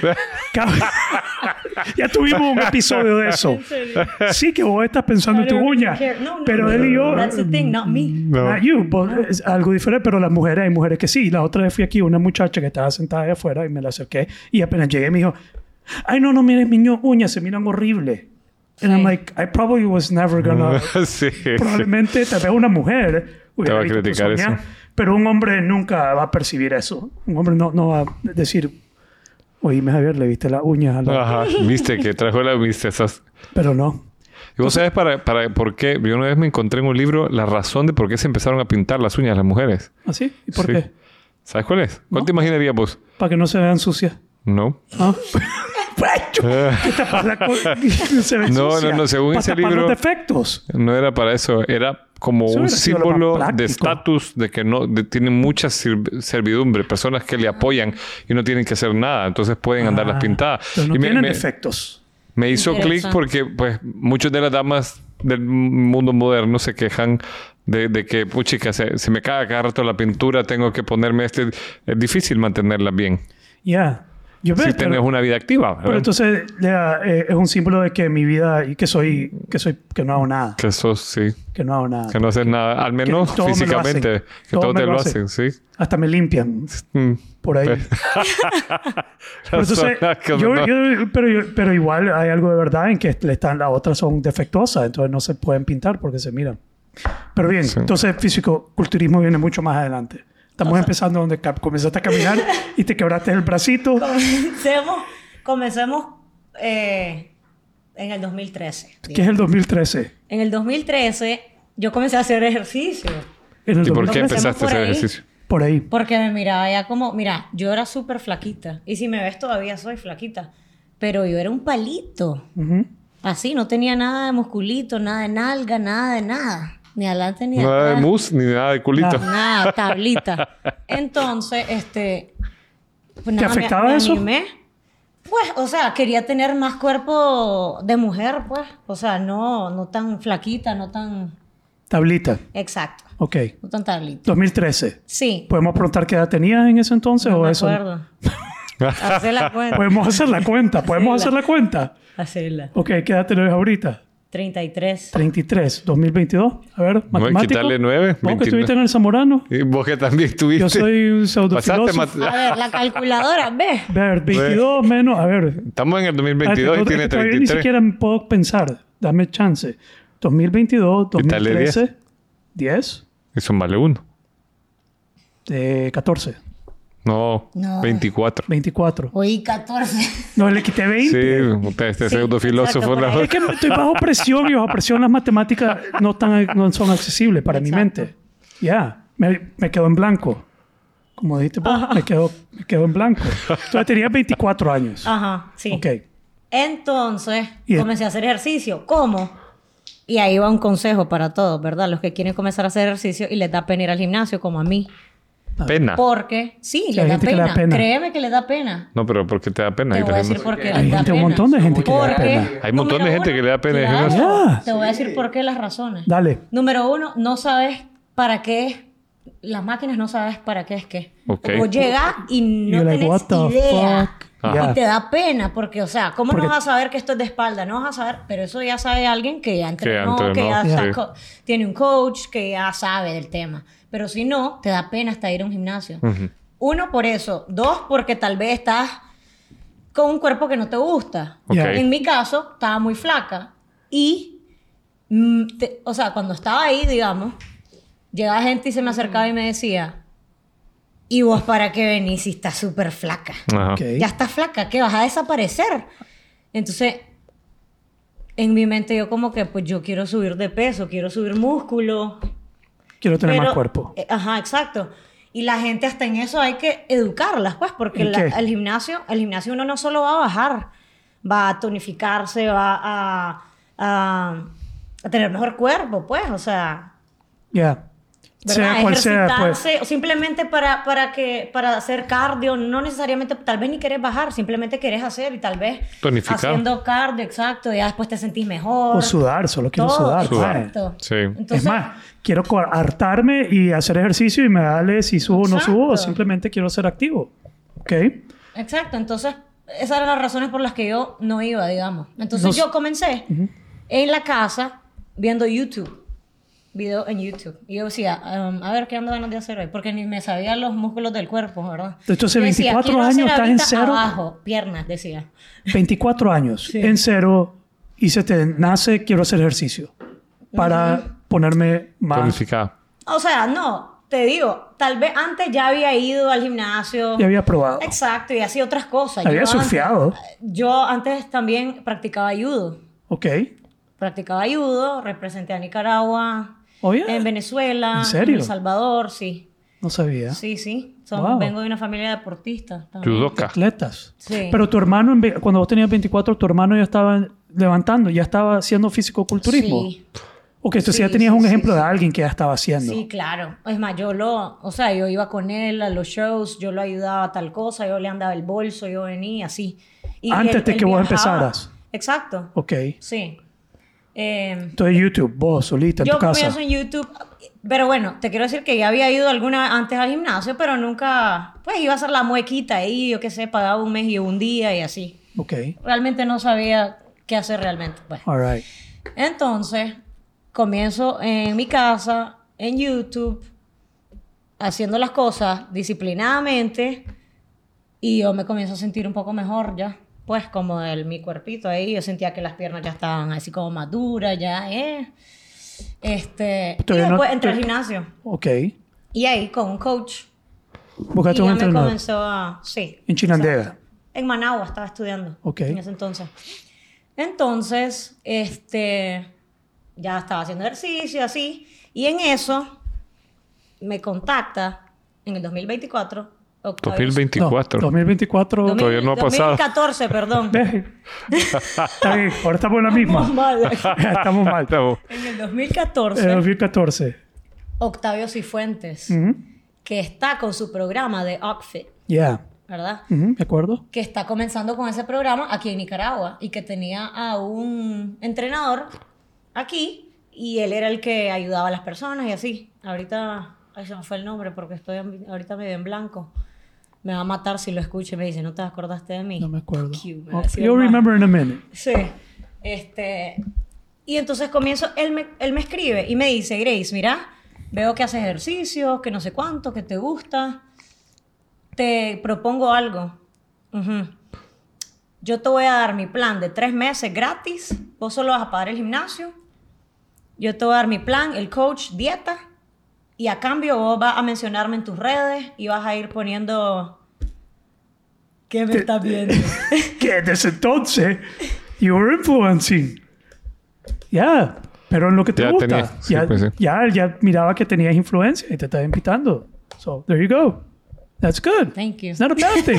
Speaker 2: Cab- ya tuvimos un episodio de eso. Sí que vos estás pensando en tu
Speaker 1: I don't
Speaker 2: uña,
Speaker 1: care. No, no,
Speaker 2: pero
Speaker 1: no, Ah.
Speaker 2: él y yo... eh, mm,
Speaker 1: That's the thing, not me.
Speaker 3: No.
Speaker 2: Not you, but es algo diferente, pero las mujeres, hay mujeres que sí. La otra vez fui aquí, una muchacha que estaba sentada allá afuera y me la acerqué y apenas llegué me dijo, ay no, no mires mis ño- uñas, se miran horrible. And I'm
Speaker 1: Sí.
Speaker 2: like, I probably was never gonna...
Speaker 3: Sí, sí.
Speaker 2: probablemente tal vez una mujer hubiera
Speaker 3: va a
Speaker 2: visto tu
Speaker 3: criticar
Speaker 2: uña,
Speaker 3: eso.
Speaker 2: pero un hombre nunca va a percibir eso. Un hombre no, no va a decir, oíme Javier, le viste las uñas a la...
Speaker 3: Ajá, viste que trajo la viste esas.
Speaker 2: Pero no.
Speaker 3: Y vos sabes para, para por qué. Yo una vez me encontré en un libro la razón de por qué se empezaron a pintar las uñas las mujeres.
Speaker 2: ¿Así? ¿Ah, ¿Y por
Speaker 3: Sí.
Speaker 2: qué?
Speaker 3: ¿Sabes cuál es? ¿Cuál te imaginarías vos?
Speaker 2: Para que no se vean sucias.
Speaker 3: No.
Speaker 2: ¿Ah? La co- se ve
Speaker 3: Ah. No,
Speaker 2: sucia.
Speaker 3: no, no, según
Speaker 2: Para
Speaker 3: ese
Speaker 2: tapar
Speaker 3: libro-
Speaker 2: los defectos.
Speaker 3: No era para eso. Era como
Speaker 2: Eso
Speaker 3: un
Speaker 2: hubiera sido lo más
Speaker 3: símbolo
Speaker 2: práctico.
Speaker 3: de estatus de que no de- tienen mucha sir- servidumbre, personas que le apoyan y no tienen que hacer nada. Entonces pueden andar las
Speaker 2: Ah,
Speaker 3: pintadas.
Speaker 2: pero no
Speaker 3: y me,
Speaker 2: tienen
Speaker 3: me-
Speaker 2: defectos.
Speaker 3: me hizo clic
Speaker 1: Interesante.
Speaker 3: porque pues muchas de las damas del mundo moderno se quejan de, de que, puchica, se, se me cae cada rato la pintura, tengo que ponerme este. Es difícil mantenerla bien.
Speaker 2: Ya. Yo
Speaker 3: si
Speaker 2: veo,
Speaker 3: tenés una vida activa. ¿verdad?
Speaker 2: Pero entonces ya, eh, es un símbolo de que mi vida y que soy, que soy, que no hago nada,
Speaker 3: Que sos, sí.
Speaker 2: que no hago nada.
Speaker 3: Que no haces nada. Al menos
Speaker 2: todo me lo
Speaker 3: físicamente.
Speaker 2: hacen.
Speaker 3: Que
Speaker 2: Todo
Speaker 3: todo,
Speaker 2: me
Speaker 3: te
Speaker 2: lo
Speaker 3: lo
Speaker 2: hacen.
Speaker 3: hacen, sí.
Speaker 2: Hasta me limpian
Speaker 3: Mm.
Speaker 2: por ahí. Pero, entonces,
Speaker 3: Personas que
Speaker 2: yo-
Speaker 3: no-
Speaker 2: yo- pero, yo- pero igual hay algo de verdad en que le están, las otras son defectuosas, entonces no se pueden pintar porque se miran. Pero bien,
Speaker 3: Sí.
Speaker 2: entonces físico-culturismo viene mucho más adelante. Estamos empezando donde cap- comenzaste a caminar y te quebraste el bracito.
Speaker 1: Comencemos, comencemos eh, en el 2013.
Speaker 2: que es el 2013?
Speaker 1: En el 2013 yo comencé a hacer ejercicio.
Speaker 2: En el
Speaker 3: ¿Y por
Speaker 2: 2013,
Speaker 3: qué
Speaker 1: Comencemos
Speaker 3: empezaste
Speaker 1: por
Speaker 3: a hacer
Speaker 1: ahí.
Speaker 3: ejercicio?
Speaker 2: Por ahí.
Speaker 1: Porque me miraba ya como, mira, yo era súper flaquita. Y si me ves todavía soy flaquita. Pero yo era un palito.
Speaker 2: Ujú.
Speaker 1: Así, no tenía nada de musculito, nada de nalga, nada de nada. Ni adelante ni
Speaker 3: Nada de
Speaker 1: atrás.
Speaker 3: mus ni nada de culito.
Speaker 1: Nada, tablita. Entonces, este. pues,
Speaker 2: ¿Te
Speaker 1: nada, me-
Speaker 2: afectaba
Speaker 1: me
Speaker 2: eso?
Speaker 1: animé. Pues, o sea, quería tener más cuerpo de mujer, pues. O sea, no, no tan flaquita, no tan.
Speaker 2: Tablita.
Speaker 1: Exacto.
Speaker 2: Ok.
Speaker 1: No tan tablita.
Speaker 2: 2013.
Speaker 1: Sí.
Speaker 2: ¿Podemos preguntar qué edad tenías en ese entonces
Speaker 1: No
Speaker 2: o
Speaker 1: me
Speaker 2: eso?
Speaker 1: acuerdo. Hacer la cuenta.
Speaker 2: Podemos hacer la cuenta. Podemos hacer la cuenta.
Speaker 1: Hacerla.
Speaker 2: Ok, ¿qué edad tenés ahorita?
Speaker 1: 33.
Speaker 2: 33, 2022. A ver,
Speaker 3: No hay que
Speaker 2: matemático.
Speaker 3: quitarle nueve,
Speaker 2: Vos que
Speaker 3: 29.
Speaker 2: estuviste en el Zamorano.
Speaker 3: Y vos que también estuviste.
Speaker 2: Yo soy un
Speaker 3: Pasaste
Speaker 2: pseudofilósofo.
Speaker 3: mat-
Speaker 1: A ver, la calculadora, ¿ves?
Speaker 2: A ver, 22 menos... A ver.
Speaker 3: Estamos en el
Speaker 2: espérate,
Speaker 3: 2022 y
Speaker 2: Ah, no,
Speaker 3: tiene
Speaker 2: todavía Ni
Speaker 3: 33.
Speaker 2: siquiera puedo pensar. Dame chance. 2022,
Speaker 3: Quítale
Speaker 2: 2013... 10,
Speaker 3: Y son vale uno.
Speaker 2: eh, 14,
Speaker 3: No,
Speaker 1: No.
Speaker 3: 24.
Speaker 2: 24.
Speaker 1: Oí 14.
Speaker 2: No, le quité 20.
Speaker 3: Sí, usted, este
Speaker 1: Sí,
Speaker 3: pseudofilósofo.
Speaker 1: exacto,
Speaker 3: la-
Speaker 1: por ahí.
Speaker 2: Es que estoy bajo presión y bajo presión las matemáticas no, están, no son accesibles para mi
Speaker 1: Exacto.
Speaker 2: mente. Ya, me, me quedo en blanco. Como dijiste, vos, me, quedo, me quedo en blanco. Entonces tenía 24 años.
Speaker 1: Ajá, Ah, sí.
Speaker 2: Ok.
Speaker 1: Entonces,
Speaker 2: Y-
Speaker 1: comencé a hacer ejercicio. ¿Cómo? Y ahí va un consejo para todos, ¿verdad? Los que quieren comenzar a hacer ejercicio y les da pena ir al gimnasio, como a mí.
Speaker 3: Pena.
Speaker 1: Porque, sí, les
Speaker 2: hay
Speaker 1: da
Speaker 2: gente que le
Speaker 1: pena.
Speaker 2: da pena.
Speaker 1: Créeme que les da pena.
Speaker 3: No, pero ¿por qué te da pena?
Speaker 1: Te
Speaker 3: ir al
Speaker 1: voy a decir
Speaker 3: gimnasio?
Speaker 1: por qué
Speaker 4: Hay
Speaker 1: les da
Speaker 2: gente- un
Speaker 1: pena.
Speaker 2: montón de gente que le da
Speaker 1: Porque-
Speaker 2: pena.
Speaker 3: Hay un montón de
Speaker 1: número
Speaker 3: gente que le da pena ir al
Speaker 1: claro,
Speaker 2: gimnasio.
Speaker 1: Te voy a decir por qué las razones.
Speaker 2: Dale.
Speaker 1: Número uno, no sabes para qué es. Las máquinas no sabes para qué es qué.
Speaker 3: Ok.
Speaker 1: O llega y no
Speaker 2: You're like,
Speaker 1: tenés
Speaker 2: "What the
Speaker 1: idea.
Speaker 2: fuck?"
Speaker 1: Y
Speaker 2: Ajá.
Speaker 1: te da pena porque, o sea, ¿cómo
Speaker 2: Porque-
Speaker 1: no vas a saber que esto es de espalda? No vas a saber, pero eso ya sabe alguien que ya
Speaker 3: Que ya
Speaker 1: entrenó, que
Speaker 3: entrenó,
Speaker 1: ya
Speaker 3: sí.
Speaker 1: sacó- tiene un coach, que ya sabe del tema. Pero si no, te da pena hasta ir a un gimnasio.
Speaker 3: Ujú.
Speaker 1: Uno, por eso. Dos, porque tal vez estás con un cuerpo que no te gusta.
Speaker 3: Ok.
Speaker 1: En mi caso, estaba muy flaca. Y, mm, te- o sea, cuando estaba ahí, digamos, llegaba gente y se me acercaba y me decía, ¿y vos para qué venís si estás súper flaca?
Speaker 3: Ajá.
Speaker 2: Ok.
Speaker 1: Ya estás flaca, ¿qué? Vas a desaparecer. Entonces, en mi mente yo como que, pues yo quiero subir de peso, quiero subir músculo,
Speaker 2: Quiero tener
Speaker 1: pero-
Speaker 2: más cuerpo.
Speaker 1: eh, ajá, exacto. Y la gente hasta en eso hay que educarlas, pues, porque
Speaker 2: ¿En
Speaker 1: la-
Speaker 2: qué?
Speaker 1: el gimnasio, el gimnasio uno no solo va a bajar, va a tonificarse, va a, a- a tener mejor cuerpo, pues, o sea,
Speaker 2: Ya.
Speaker 1: ¿verdad?
Speaker 2: Sea cual sea, pues.
Speaker 1: Ejercitarse, o simplemente para, para que para hacer cardio, no necesariamente, tal vez ni querés bajar, simplemente querés hacer y tal vez
Speaker 3: Tonificar.
Speaker 1: haciendo cardio, exacto, ya después te sentís mejor.
Speaker 2: O sudar, solo quiero
Speaker 1: Todo,
Speaker 2: sudar.
Speaker 3: Sudar.
Speaker 2: mae.
Speaker 1: exacto.
Speaker 3: Sí.
Speaker 1: Entonces,
Speaker 2: es más, quiero co- hartarme y hacer ejercicio y me vale si subo o no subo,
Speaker 1: Exacto.
Speaker 2: simplemente quiero ser activo. Ok.
Speaker 1: Exacto, entonces esas eran las razones por las que yo no iba, digamos. Entonces
Speaker 2: Los-
Speaker 1: yo comencé en la casa viendo YouTube, video en YouTube. Y yo decía, "Um, a ver qué ando ganas de hacer hoy, porque ni me sabía los músculos del cuerpo, ¿verdad?
Speaker 2: Entonces,
Speaker 1: Yo decía,
Speaker 2: 24
Speaker 1: "Quiero hacer
Speaker 2: años, estás en
Speaker 1: ahorita
Speaker 2: cero".
Speaker 1: Abajo, piernas, decía.
Speaker 2: 24 años,
Speaker 1: Sí.
Speaker 2: en cero, y se te nace, quiero hacer ejercicio para ponerme más.
Speaker 3: Tonificada.
Speaker 1: O sea, no, te digo, tal vez antes ya había ido al gimnasio.
Speaker 2: Y había probado.
Speaker 1: Exacto, y hacía otras cosas.
Speaker 2: Había
Speaker 1: Yo antes-
Speaker 2: surfeado.
Speaker 1: yo antes también practicaba judo.
Speaker 2: Ok.
Speaker 1: Practicaba judo, representé a Nicaragua,
Speaker 2: Oye,
Speaker 1: en Venezuela,
Speaker 2: ¿En serio?
Speaker 1: El Salvador, sí.
Speaker 2: no sabía.
Speaker 1: Sí, sí. Son-
Speaker 2: Wow.
Speaker 1: Vengo de una familia de deportistas. también.
Speaker 3: Judoka.
Speaker 2: Atletas.
Speaker 1: Sí.
Speaker 2: Pero tu hermano, en ve- cuando vos tenías 24, tu hermano ya estaba levantando, ya estaba haciendo fisicoculturismo.
Speaker 1: Sí,
Speaker 2: Ok, entonces
Speaker 1: Sí,
Speaker 2: ya tenías
Speaker 1: sí,
Speaker 2: un
Speaker 1: sí,
Speaker 2: ejemplo
Speaker 1: sí.
Speaker 2: de alguien que ya estaba haciendo.
Speaker 1: sí, claro. Es más, yo lo, o sea, yo iba con él a los shows, yo lo ayudaba a tal cosa, yo le andaba el bolso, yo venía así. Y
Speaker 2: Antes de que vos
Speaker 1: viajaba.
Speaker 2: empezaras.
Speaker 1: Exacto.
Speaker 2: Ok.
Speaker 1: Sí. Eh,
Speaker 2: Entonces YouTube, vos solita en
Speaker 1: yo
Speaker 2: tu casa.
Speaker 1: comienzo en YouTube, pero bueno, te quiero decir que ya había ido alguna antes al gimnasio, pero nunca, pues iba a hacer la muequita ahí, yo qué sé, pagaba un mes y un día y así.
Speaker 2: Ok,
Speaker 1: Realmente no sabía qué hacer realmente. Pues.
Speaker 2: all right.
Speaker 1: Entonces, comienzo en mi casa, en YouTube, haciendo las cosas disciplinadamente y yo me comienzo a sentir un poco mejor ya. Pues como el, mi cuerpito ahí, yo sentía que las piernas ya estaban así como más duras, ya, ¿eh? Este, y
Speaker 2: Todavía no-
Speaker 1: después entré al
Speaker 2: te-
Speaker 1: gimnasio.
Speaker 2: Ok.
Speaker 1: Y ahí con un coach. Y
Speaker 2: Buscaste un
Speaker 1: ya me
Speaker 2: entrenador.
Speaker 1: comenzó a... Sí.
Speaker 2: En Chinandega.
Speaker 1: exacto. En Managua estaba estudiando.
Speaker 2: Ok.
Speaker 1: En ese entonces. Entonces, este, ya estaba haciendo ejercicio, así. Y en eso, me contacta en el 2024. octavio-
Speaker 3: 2024.
Speaker 2: No, 2024.
Speaker 1: Dos mil-
Speaker 3: Todavía no ha pasado.
Speaker 1: 2014, perdón.
Speaker 2: Ve. Está bien, ahora estamos en la misma.
Speaker 1: Madre.
Speaker 2: estamos mal. Eh,
Speaker 3: Estamos-
Speaker 1: En el
Speaker 2: En
Speaker 1: 2014,
Speaker 2: 2014.
Speaker 1: Octavio Cifuentes,
Speaker 2: Ujú.
Speaker 1: que está con su programa de Outfit,
Speaker 2: Ya.
Speaker 1: ¿verdad?
Speaker 2: Ujú, ¿De acuerdo?
Speaker 1: que está comenzando con ese programa aquí en Nicaragua y que tenía a un entrenador aquí y él era el que ayudaba a las personas y así. Ahorita, ay, se me fue el nombre porque estoy en- ahorita medio en blanco. Me va a matar si lo escuche y me dice, ¿no te acordaste de mí?
Speaker 2: No me acuerdo.
Speaker 1: Fuck you, me va a
Speaker 2: Oh,
Speaker 1: decir
Speaker 2: You'll
Speaker 1: el man.
Speaker 2: remember in a minute.
Speaker 1: Sí. Este, y entonces comienzo, él me, él me escribe y me dice, Grace, mira, veo que haces ejercicios, que no sé cuánto, que te gusta. Te propongo algo. Ujú. Yo te voy a dar mi plan de tres meses gratis. Vos solo vas a pagar el gimnasio. Yo te voy a dar mi plan, el coach, dieta. Y a cambio vos vas a mencionarme en tus redes y vas a ir poniendo... ¿Qué me estás viendo?
Speaker 2: que desde entonces you were influencing. Ya, pero en lo que te
Speaker 3: Ya
Speaker 2: gusta.
Speaker 3: tenía- sí,
Speaker 2: ya,
Speaker 3: pues, sí.
Speaker 2: ya, ya miraba que tenías influencia y te estaba invitando. So, there you go. That's good.
Speaker 1: Thank you.
Speaker 2: It's not a bad thing.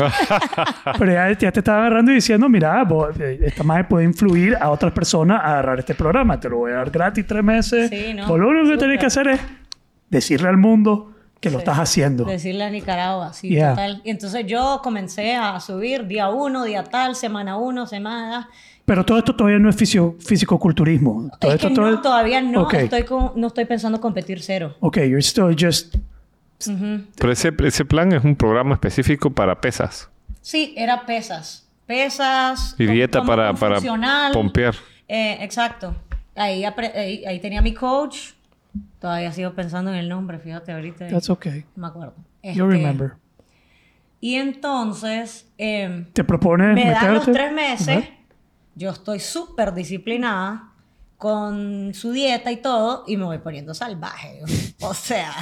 Speaker 2: pero ya, ya te estaba agarrando y diciendo, mira, vos, eh, esta madre puede influir a otras personas a agarrar este programa. Te lo voy a dar gratis tres meses.
Speaker 1: Sí, no,
Speaker 2: Vos lo único que tenés
Speaker 1: súper.
Speaker 2: que hacer es decirle al mundo que lo estás haciendo.
Speaker 1: Decirle a Nicaragua, sí,
Speaker 2: Yeah.
Speaker 1: total. Y entonces yo comencé a subir día uno, día tal, semana uno, semana.
Speaker 2: Pero todo esto todavía no es fisio- fisicoculturismo. Todo
Speaker 1: es
Speaker 2: esto
Speaker 1: que no,
Speaker 2: todo-
Speaker 1: todavía no,
Speaker 2: Ok.
Speaker 1: estoy con- no estoy pensando competir cero.
Speaker 2: Ok, you're still just
Speaker 3: Pero ese, ese plan es un programa específico para pesas
Speaker 1: Sí, era pesas. Pesas.
Speaker 3: y
Speaker 1: com-
Speaker 3: dieta
Speaker 1: como
Speaker 3: para,
Speaker 1: con
Speaker 3: para
Speaker 1: funcional.
Speaker 3: pompear.
Speaker 1: Eh, exacto. Ahí, apre- ahí, ahí tenía mi coach. Todavía sigo pensando en el nombre, fíjate, ahorita
Speaker 2: That's okay.
Speaker 1: no me acuerdo.
Speaker 2: You
Speaker 1: Este,
Speaker 2: remember.
Speaker 1: Y entonces... em,
Speaker 2: Te propones
Speaker 1: Me dan los
Speaker 2: meterte?
Speaker 1: tres meses.
Speaker 2: Ajá.
Speaker 1: Yo estoy súper disciplinada con su dieta y todo y me voy poniendo salvaje. yo. O sea,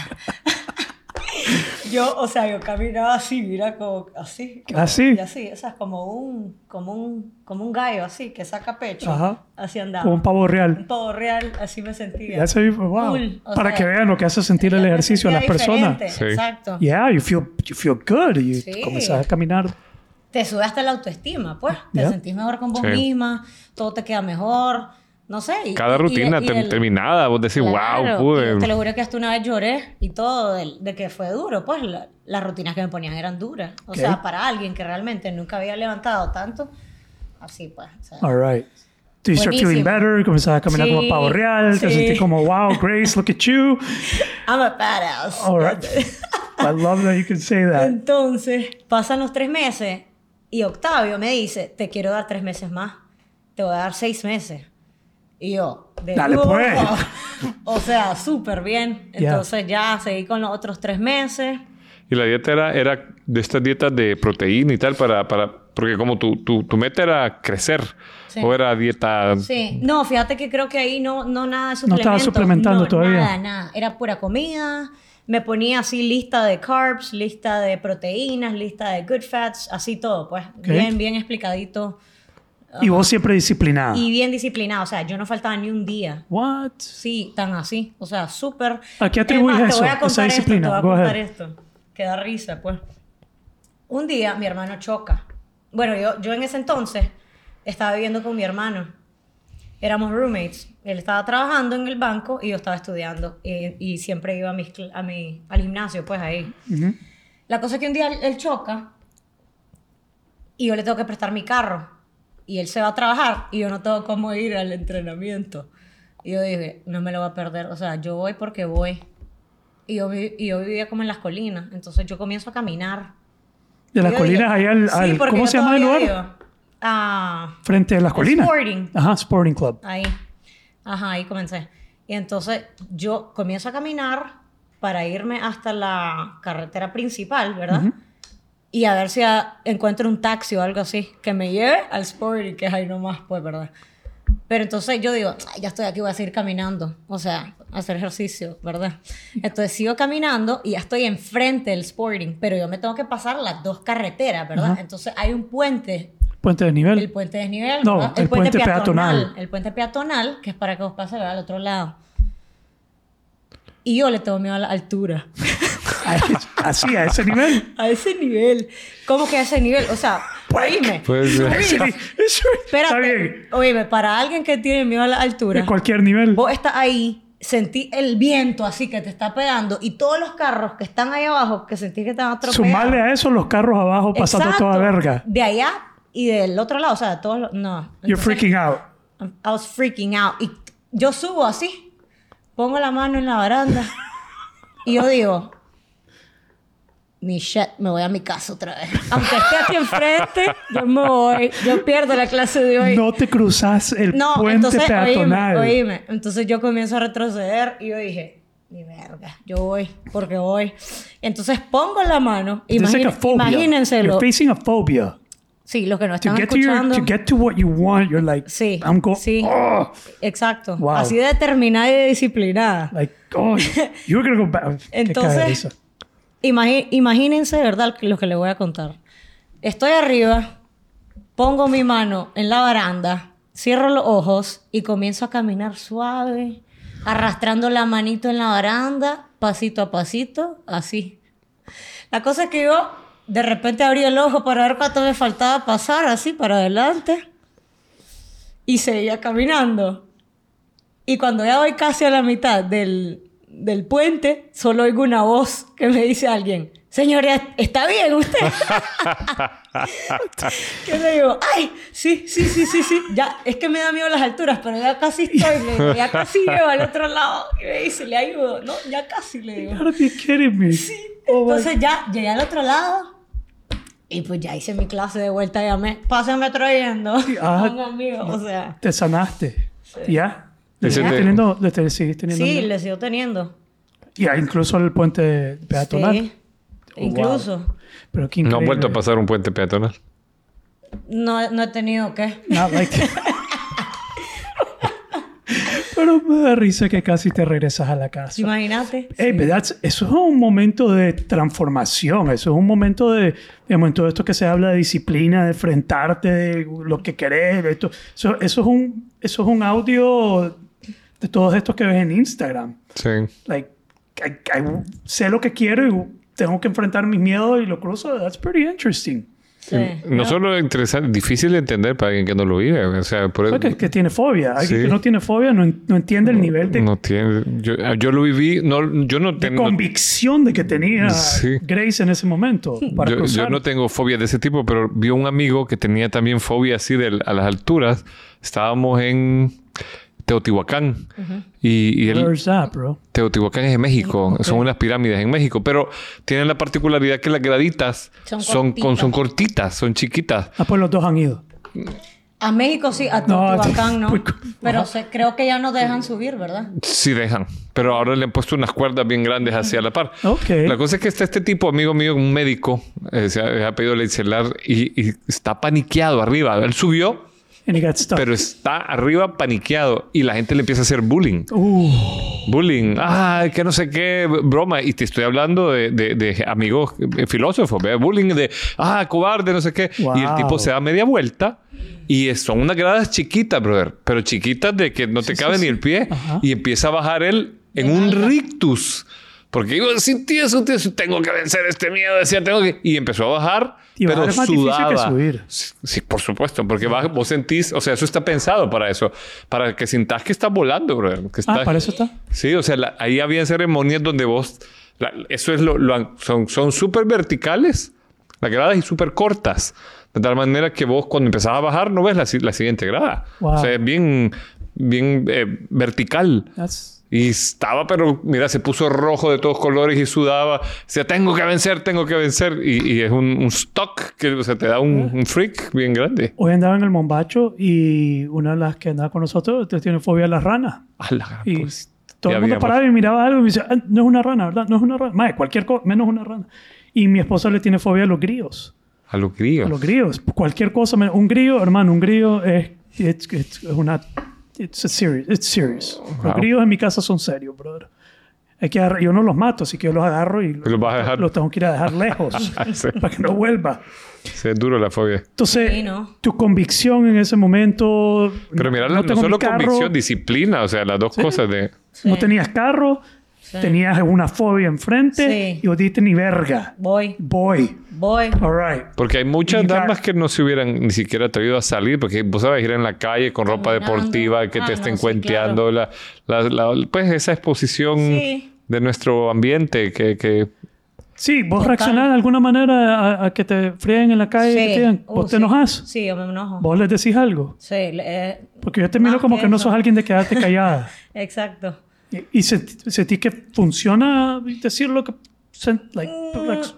Speaker 1: yo, o sea, yo caminaba así, mira, como así. como-
Speaker 2: ¿Así?
Speaker 1: y así, o sea, como un, como un, como un gallo así que saca pecho.
Speaker 2: Ajá.
Speaker 1: Así andaba.
Speaker 2: Como un pavo
Speaker 1: Un
Speaker 2: real.
Speaker 1: pavo real, así me sentía.
Speaker 2: Ya se- wow.
Speaker 1: Cool, o
Speaker 2: Para
Speaker 1: sea,
Speaker 2: que vean lo que hace sentir
Speaker 1: ya
Speaker 2: el
Speaker 1: me
Speaker 2: ejercicio a las
Speaker 1: sentía
Speaker 2: personas.
Speaker 1: diferente,
Speaker 3: Sí.
Speaker 1: Exacto.
Speaker 2: Yeah, you feel, you feel good. You
Speaker 1: Sí.
Speaker 2: comenzás a caminar.
Speaker 1: te sube hasta la autoestima, pues. Te
Speaker 2: Ya.
Speaker 1: sentís mejor con vos
Speaker 3: Sí.
Speaker 1: misma, todo te queda mejor, no sé. y-
Speaker 3: Cada
Speaker 1: y-
Speaker 3: rutina
Speaker 1: y- y
Speaker 3: ter-
Speaker 1: el-
Speaker 3: terminada, vos decís,
Speaker 1: Claro,
Speaker 3: wow, pude.
Speaker 1: y Te lo juro que hasta una vez lloré y todo, del- de, que fue duro, pues. la- las rutinas que me ponían eran duras. O
Speaker 2: Ok.
Speaker 1: sea, para alguien que realmente nunca había levantado tanto, así pues. o sea,
Speaker 2: All right. So you start
Speaker 1: Buenísimo.
Speaker 2: feeling better. Comenzás a caminar como
Speaker 1: Sí,
Speaker 2: pavo real. Te
Speaker 1: sí.
Speaker 2: sentís como, wow, Grace, look at you.
Speaker 1: I'm a badass.
Speaker 2: All right. I love that you can say that.
Speaker 1: Entonces, pasan los tres meses y Octavio me dice, te quiero dar tres meses más, te voy a dar seis meses. Y yo, de
Speaker 2: Dale,
Speaker 1: nuevo,
Speaker 2: pues.
Speaker 1: o sea, súper bien.
Speaker 2: Ya.
Speaker 1: Entonces ya seguí con los otros tres meses.
Speaker 3: Y la dieta era, era de estas dietas de proteína y tal, para, para porque como tu, tu, tu meta era crecer,
Speaker 1: Sí.
Speaker 3: o era dieta...
Speaker 1: Sí, no, fíjate que creo que ahí no, no nada de
Speaker 2: No
Speaker 1: suplementos.
Speaker 2: estaba suplementando
Speaker 1: No,
Speaker 2: todavía.
Speaker 1: Nada, nada. Era pura comida. Me ponía así lista de carbs, lista de proteínas, lista de good fats, así todo, pues. Bien, bien explicadito
Speaker 2: Y vos siempre disciplinada.
Speaker 1: y bien disciplinado. O sea, yo no faltaba ni un día.
Speaker 2: What?
Speaker 1: Sí, tan así. O sea, súper.
Speaker 2: ¿A qué atribuyes
Speaker 1: Es más,
Speaker 2: eso,
Speaker 1: Te voy a
Speaker 2: esa
Speaker 1: contar esto, te
Speaker 2: disciplina?
Speaker 1: voy a
Speaker 2: Go
Speaker 1: contar
Speaker 2: ahead.
Speaker 1: esto. Que da risa, pues. Un día mi hermano choca. Bueno, yo, yo en ese entonces estaba viviendo con mi hermano. Éramos roommates. Él estaba trabajando en el banco y yo estaba estudiando. Y, y siempre iba a mis cl- a mi, al gimnasio, pues ahí.
Speaker 2: Ujú.
Speaker 1: La cosa es que un día él- él choca y yo le tengo que prestar mi carro. Y él se va a trabajar y yo no tengo cómo ir al entrenamiento. Y yo dije, no me lo va a perder. O sea, yo voy porque voy. Y yo, vi- y yo vivía como en las colinas. Entonces yo comienzo a caminar.
Speaker 2: De las
Speaker 1: Yo
Speaker 2: colinas
Speaker 1: dije,
Speaker 2: allá al,
Speaker 1: sí,
Speaker 2: al-
Speaker 1: porque
Speaker 2: ¿Cómo
Speaker 1: yo
Speaker 2: se llama el lugar?
Speaker 1: todavía digo, Ah,
Speaker 2: Frente a las colinas.
Speaker 1: Sporting.
Speaker 2: Ajá, Sporting Club.
Speaker 1: ahí. Ajá, ahí comencé. Y entonces yo comienzo a caminar para irme hasta la carretera principal, ¿verdad? Y a ver si ah, encuentro un taxi o algo así que me lleve al Sporting, que es ahí nomás, pues, ¿verdad? Pero entonces yo digo, "Ay, ya estoy aquí, voy a seguir caminando, o sea, hacer ejercicio, ¿verdad? Entonces sigo caminando y ya estoy enfrente del Sporting, pero yo me tengo que pasar las dos carreteras, ¿verdad?
Speaker 2: Ajá.
Speaker 1: Entonces hay un puente
Speaker 2: Puente de nivel.
Speaker 1: el puente desnivel.
Speaker 2: No,
Speaker 1: ¿verdad?
Speaker 2: el puente peatonal.
Speaker 1: El puente peatonal, que es para que vos pases ¿verdad? al otro lado. Y yo le tengo miedo a la altura.
Speaker 2: Así, a ese nivel.
Speaker 1: A ese nivel. ¿Cómo que a ese nivel? O sea, oíme.
Speaker 3: Pues, eh,
Speaker 2: Sí, eso Está bien.
Speaker 1: Espérate. Oíme, para alguien que tiene miedo a la
Speaker 2: En
Speaker 1: altura,
Speaker 2: cualquier nivel.
Speaker 1: vos estás ahí, sentí el viento así que te está pegando y todos los carros que están ahí abajo que sentís que están atropellados.
Speaker 2: Sumarle a eso los carros abajo pasando
Speaker 1: Exacto.
Speaker 2: toda verga.
Speaker 1: De allá y del otro lado, o sea, de todos los. No.
Speaker 2: You're
Speaker 1: Entonces,
Speaker 2: freaking out.
Speaker 1: I was freaking out. Y yo subo así, pongo la mano en la baranda y yo digo, ni shit, me voy a mi casa otra vez. Aunque esté aquí enfrente, yo me voy. Yo pierdo la clase de hoy.
Speaker 2: No te cruzas el
Speaker 1: No,
Speaker 2: puente
Speaker 1: entonces,
Speaker 2: peatonal.
Speaker 1: oíme, oíme. Entonces yo comienzo a retroceder y yo dije, ni verga, yo voy, porque voy. Entonces pongo la mano,
Speaker 2: This is like a
Speaker 1: imagínense
Speaker 2: phobia. You're
Speaker 1: imagínenselo.
Speaker 2: facing a phobia.
Speaker 1: Sí, los que nos
Speaker 2: To
Speaker 1: están
Speaker 2: get to, your,
Speaker 1: escuchando.
Speaker 2: to get to what you want, you're like,
Speaker 1: Sí,
Speaker 2: I'm going,
Speaker 1: sí.
Speaker 2: oh,
Speaker 1: Exacto.
Speaker 2: Wow.
Speaker 1: Así de determinada y de disciplinada.
Speaker 2: like, oh, you're gonna go back. Qué
Speaker 1: Entonces-
Speaker 2: cagadeza.
Speaker 1: Imagi- imagínense, ¿verdad? Lo que les voy a contar. Estoy arriba, pongo mi mano en la baranda, cierro los ojos y comienzo a caminar suave, arrastrando la manito en la baranda, pasito a pasito, así. La cosa es que yo de repente abrí el ojo para ver cuánto me faltaba pasar, así para adelante, y seguía caminando. Y cuando ya voy casi a la mitad del, del puente, solo oigo una voz que me dice alguien, señora, ¿está bien usted? Yo le digo, ay, sí, sí, sí, sí, sí. Ya, es que me da miedo las alturas, pero ya casi estoy, le digo, ya casi llego al otro lado. Y me dice, le ayudo. No, ya casi, le digo.
Speaker 2: You gotta be kidding me. Oh my-
Speaker 1: Entonces ya llegué al otro lado y pues ya hice mi clase de vuelta, ya me, pásenme trayendo
Speaker 2: ah.
Speaker 1: a un amigo, o sea.
Speaker 2: te sanaste. ¿Ya? Le
Speaker 3: Ese
Speaker 2: sigues
Speaker 3: te-
Speaker 2: teniendo, le te- sigues teniendo
Speaker 1: Sí,
Speaker 2: miedo.
Speaker 1: le sigo teniendo.
Speaker 2: Ya, incluso el puente peatonal.
Speaker 1: Sí.
Speaker 2: Oh, wow.
Speaker 1: Incluso.
Speaker 2: Pero qué
Speaker 3: no han
Speaker 2: increíble.
Speaker 3: vuelto a pasar un puente peatonal.
Speaker 1: No, no he tenido que.
Speaker 2: Not like Pero me da risa que casi te regresas a la casa.
Speaker 1: Imagínate.
Speaker 2: Ey, but that's- eso es un momento de transformación, eso es un momento de, digamos, en todo esto que se habla de disciplina, de enfrentarte, de lo que querés, de esto, eso, eso es un, eso es un audio de todos estos que ves en Instagram.
Speaker 3: Sí.
Speaker 2: Like, I- I sé lo que quiero y tengo que enfrentar mis miedos y lo cruzo. That's pretty interesting.
Speaker 1: Sí.
Speaker 3: No solo interesante, difícil de entender para alguien que no lo vive. O sea, por
Speaker 2: Creo que, que tiene fobia. Alguien
Speaker 3: Sí.
Speaker 2: que no tiene fobia no, en- no entiende el nivel de,
Speaker 3: no tiene. Yo, ah, yo lo viví, no, yo no
Speaker 2: de
Speaker 3: tengo.
Speaker 2: convicción de que tenía
Speaker 3: Sí.
Speaker 2: Grace en ese momento. Para
Speaker 3: Yo, yo
Speaker 2: cruzar.
Speaker 3: no tengo fobia de ese tipo, pero vi un amigo que tenía también fobia así de, a las alturas. Estábamos en Teotihuacán y, y él,
Speaker 2: Where's that, bro?
Speaker 3: Teotihuacán es en México, son unas pirámides en México, pero tienen la particularidad que las graditas son,
Speaker 1: Son
Speaker 3: con- son
Speaker 1: cortitas.
Speaker 3: cortitas, son chiquitas.
Speaker 2: Ah, pues los dos han ido.
Speaker 1: A México sí, a
Speaker 2: No,
Speaker 1: Teotihuacán no.
Speaker 2: pues,
Speaker 1: Pero se- creo que ya no dejan subir, ¿verdad?
Speaker 3: Sí dejan, pero ahora le han puesto unas cuerdas bien grandes hacia la par.
Speaker 2: Ok.
Speaker 3: La cosa es que está este tipo, amigo mío, un médico, eh, se ha, ha pedido Leitzelar y, y está paniqueado arriba. Él subió,
Speaker 2: And he got stuck.
Speaker 3: pero está arriba paniqueado y la gente le empieza a hacer bullying.
Speaker 2: Uh,
Speaker 3: Bullying, ah, que no sé qué, broma. Y te estoy hablando de, de- de amigos eh, filósofos, ¿ve? bullying de, ah, cobarde, no sé qué.
Speaker 2: Wow.
Speaker 3: Y el tipo se da media vuelta y es- son unas gradas chiquitas, brother, pero chiquitas de que no te cabe ni el pie.
Speaker 2: Ajá.
Speaker 3: Y empieza a bajar él en un rictus. Porque iba sin tío, sin tío, tengo que vencer este miedo, decía, tengo que... Y empezó a bajar,
Speaker 2: Y bajar
Speaker 3: pero
Speaker 2: es más difícil
Speaker 3: sudaba.
Speaker 2: que subir.
Speaker 3: Sí, sí, por supuesto, porque baja- vos sentís, o sea, eso está pensado para eso, para que sintás que estás volando, brother. Que
Speaker 2: ah,
Speaker 3: estás-
Speaker 2: para eso está.
Speaker 3: Sí, o sea, la- ahí había ceremonias donde vos, la- eso es lo, lo- son son súper verticales, las gradas y súper cortas, de tal manera que vos cuando empezás a bajar no ves la, si- la siguiente grada.
Speaker 2: Wow.
Speaker 3: O sea, es bien bien eh, vertical.
Speaker 2: That's-
Speaker 3: Y estaba, pero mira, se puso rojo de todos colores y sudaba. Decía, tengo que vencer, tengo que vencer. Y, y es un, un stock que o sea, te da un, un freak bien grande.
Speaker 2: Hoy andaba en el Mombacho y una de las que andaba con nosotros usted tiene fobia a las ranas.
Speaker 3: A la gran
Speaker 2: Y
Speaker 3: pues,
Speaker 2: todo
Speaker 3: ya
Speaker 2: el mundo
Speaker 3: habíamos-
Speaker 2: paraba y miraba algo y me decía, "Ah, no es una rana, ¿verdad? No es una rana. Madre, cualquier cosa, menos una rana. Y mi esposa le tiene fobia a los grillos.
Speaker 3: A los grillos.
Speaker 2: A los grillos. Cualquier cosa, menos- un grillo, hermano, un grillo es, it's- it's- es una... It's a serious. It's serious. Los
Speaker 3: Wow.
Speaker 2: grillos en mi casa son serios, brother. Hay que agarrar- yo no los mato, así que yo los agarro y
Speaker 3: los vas a dejar?
Speaker 2: los tengo que ir a dejar lejos
Speaker 3: Sí.
Speaker 2: para que no vuelva.
Speaker 3: Sí, es duro la fobia.
Speaker 2: Entonces,
Speaker 1: Sí, ¿no?
Speaker 2: tu convicción en ese momento...
Speaker 3: Pero mira,
Speaker 2: no
Speaker 3: no,
Speaker 2: tengo mi
Speaker 3: solo
Speaker 2: carro,
Speaker 3: convicción, disciplina. O sea, las dos cosas de...
Speaker 2: No tenías carro, tenías una fobia enfrente
Speaker 1: Sí.
Speaker 2: y vos dijiste ni verga.
Speaker 1: Voy,
Speaker 2: Voy.
Speaker 1: voy.
Speaker 2: All right.
Speaker 3: Porque hay muchas
Speaker 2: Y ya-
Speaker 3: damas que no se hubieran ni siquiera atrevido a salir, porque vos sabes ir en la calle con ropa
Speaker 1: Caminando.
Speaker 3: deportiva, que
Speaker 1: Ah,
Speaker 3: te
Speaker 1: no,
Speaker 3: estén
Speaker 1: sí,
Speaker 3: cuenteando, la, la- la- pues esa exposición
Speaker 1: Sí.
Speaker 3: de nuestro ambiente que, que
Speaker 2: Sí, vos
Speaker 1: Total.
Speaker 2: reaccionás de alguna manera a, a que te frieguen en la calle y que te digan,
Speaker 1: Uh,
Speaker 2: vos te
Speaker 1: sí.
Speaker 2: enojas,
Speaker 1: Sí, yo me enojo.
Speaker 2: vos les decís algo.
Speaker 1: Sí, le- eh,
Speaker 2: Porque yo te miro
Speaker 1: Más
Speaker 2: como
Speaker 1: que
Speaker 2: que no
Speaker 1: eso.
Speaker 2: sos alguien de quedarte callada.
Speaker 1: exacto.
Speaker 2: y y sent- sentís que funciona decir lo que... sen- like,
Speaker 1: Mm.
Speaker 2: like-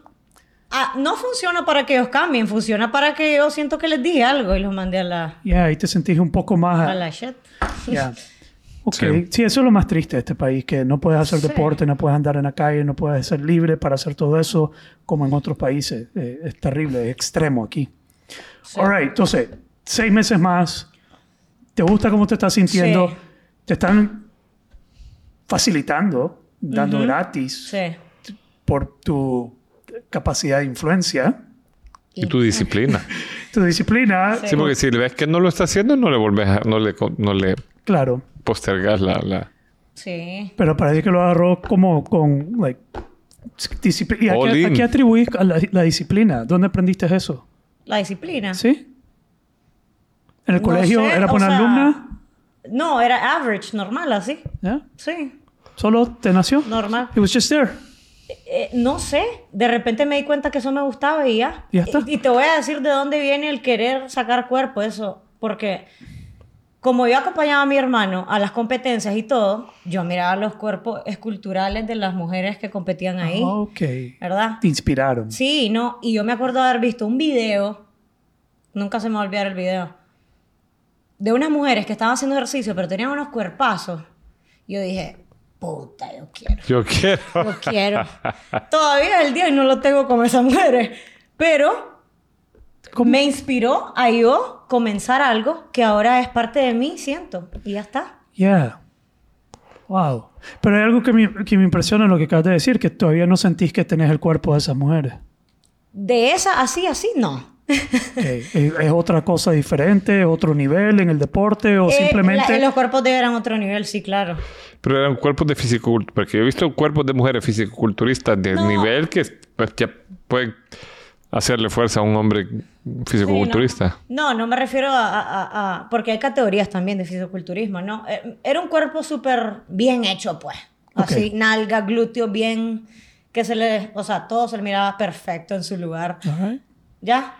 Speaker 1: Ah, no funciona para que ellos cambien, funciona para que yo siento que les dije algo y los mandé a la,
Speaker 2: yeah, y te sentís un poco más...
Speaker 1: a la shit.
Speaker 2: Ya. Ok, sí.
Speaker 3: Sí.
Speaker 2: eso es lo más triste de este país, que no puedes hacer
Speaker 1: Sí.
Speaker 2: deporte, no puedes andar en la calle, no puedes ser libre para hacer todo eso como en otros países. Eh, es terrible, es extremo aquí. All right, entonces, seis meses más, te gusta cómo te estás sintiendo,
Speaker 1: Sí.
Speaker 2: te están facilitando, dando gratis
Speaker 1: Sí.
Speaker 2: por tu capacidad de influencia,
Speaker 3: y tu disciplina.
Speaker 2: tu disciplina,
Speaker 3: Sí, porque si ves que no lo está haciendo, no le volvés a- no le co- no le
Speaker 2: claro,
Speaker 3: postergas la, la
Speaker 1: Sí.
Speaker 2: pero parece que lo agarró como con, like, disciplina. ¿Y a
Speaker 3: All
Speaker 2: qué- a
Speaker 3: in.
Speaker 2: qué atribuís a la, la disciplina? ¿Dónde aprendiste eso?
Speaker 1: La disciplina.
Speaker 2: ¿Sí? ¿En el
Speaker 1: No
Speaker 2: colegio
Speaker 1: sé,
Speaker 2: era
Speaker 1: o
Speaker 2: por
Speaker 1: sea-
Speaker 2: alumna?
Speaker 1: No, era average, normal, así.
Speaker 2: ¿Ya?
Speaker 1: Sí,
Speaker 2: ¿Solo te nació?
Speaker 1: normal.
Speaker 2: It was just there.
Speaker 1: Eh, no sé, de repente me di cuenta que eso me gustaba y ya.
Speaker 2: Ya está.
Speaker 1: Y, y te voy a decir de dónde viene el querer sacar cuerpo, eso. Porque como yo acompañaba a mi hermano a las competencias y todo, yo miraba los cuerpos esculturales de las mujeres que competían ahí,
Speaker 2: Ok.
Speaker 1: ¿verdad?
Speaker 2: Te inspiraron.
Speaker 1: Sí, no, y yo me acuerdo de haber visto un video, nunca se me va a olvidar el video, de unas mujeres que estaban haciendo ejercicio, pero tenían unos cuerpazos. Yo dije, puta, yo quiero.
Speaker 3: yo quiero.
Speaker 1: Lo quiero. Todavía el día y no lo tengo como esas mujeres. Pero me inspiró a yo comenzar algo que ahora es parte de mí, siento. Y ya está.
Speaker 2: Yeah. Wow. Pero hay algo que me, que me impresiona en lo que acabas de decir, que todavía no sentís que tenés el cuerpo de esas mujeres.
Speaker 1: De esa, así, así, no.
Speaker 2: Ok. es, es otra cosa diferente, otro nivel en el deporte o
Speaker 1: Eh,
Speaker 2: simplemente...
Speaker 1: la- los cuerpos de eran otro nivel, sí, claro.
Speaker 3: Pero eran cuerpos de fisicoculturistas. Porque yo he visto cuerpos de mujeres fisicoculturistas de
Speaker 1: No.
Speaker 3: nivel que pues, ya pueden hacerle fuerza a un hombre fisicoculturista.
Speaker 1: No, no me refiero a, a- a- a- Porque hay categorías también de fisiculturismo, ¿no? Eh, Era un cuerpo súper bien hecho, pues. Así,
Speaker 2: Ok.
Speaker 1: nalga, glúteo, bien... Que se le... O sea, todo se le miraba perfecto en su lugar.
Speaker 2: All right.
Speaker 1: ¿Ya?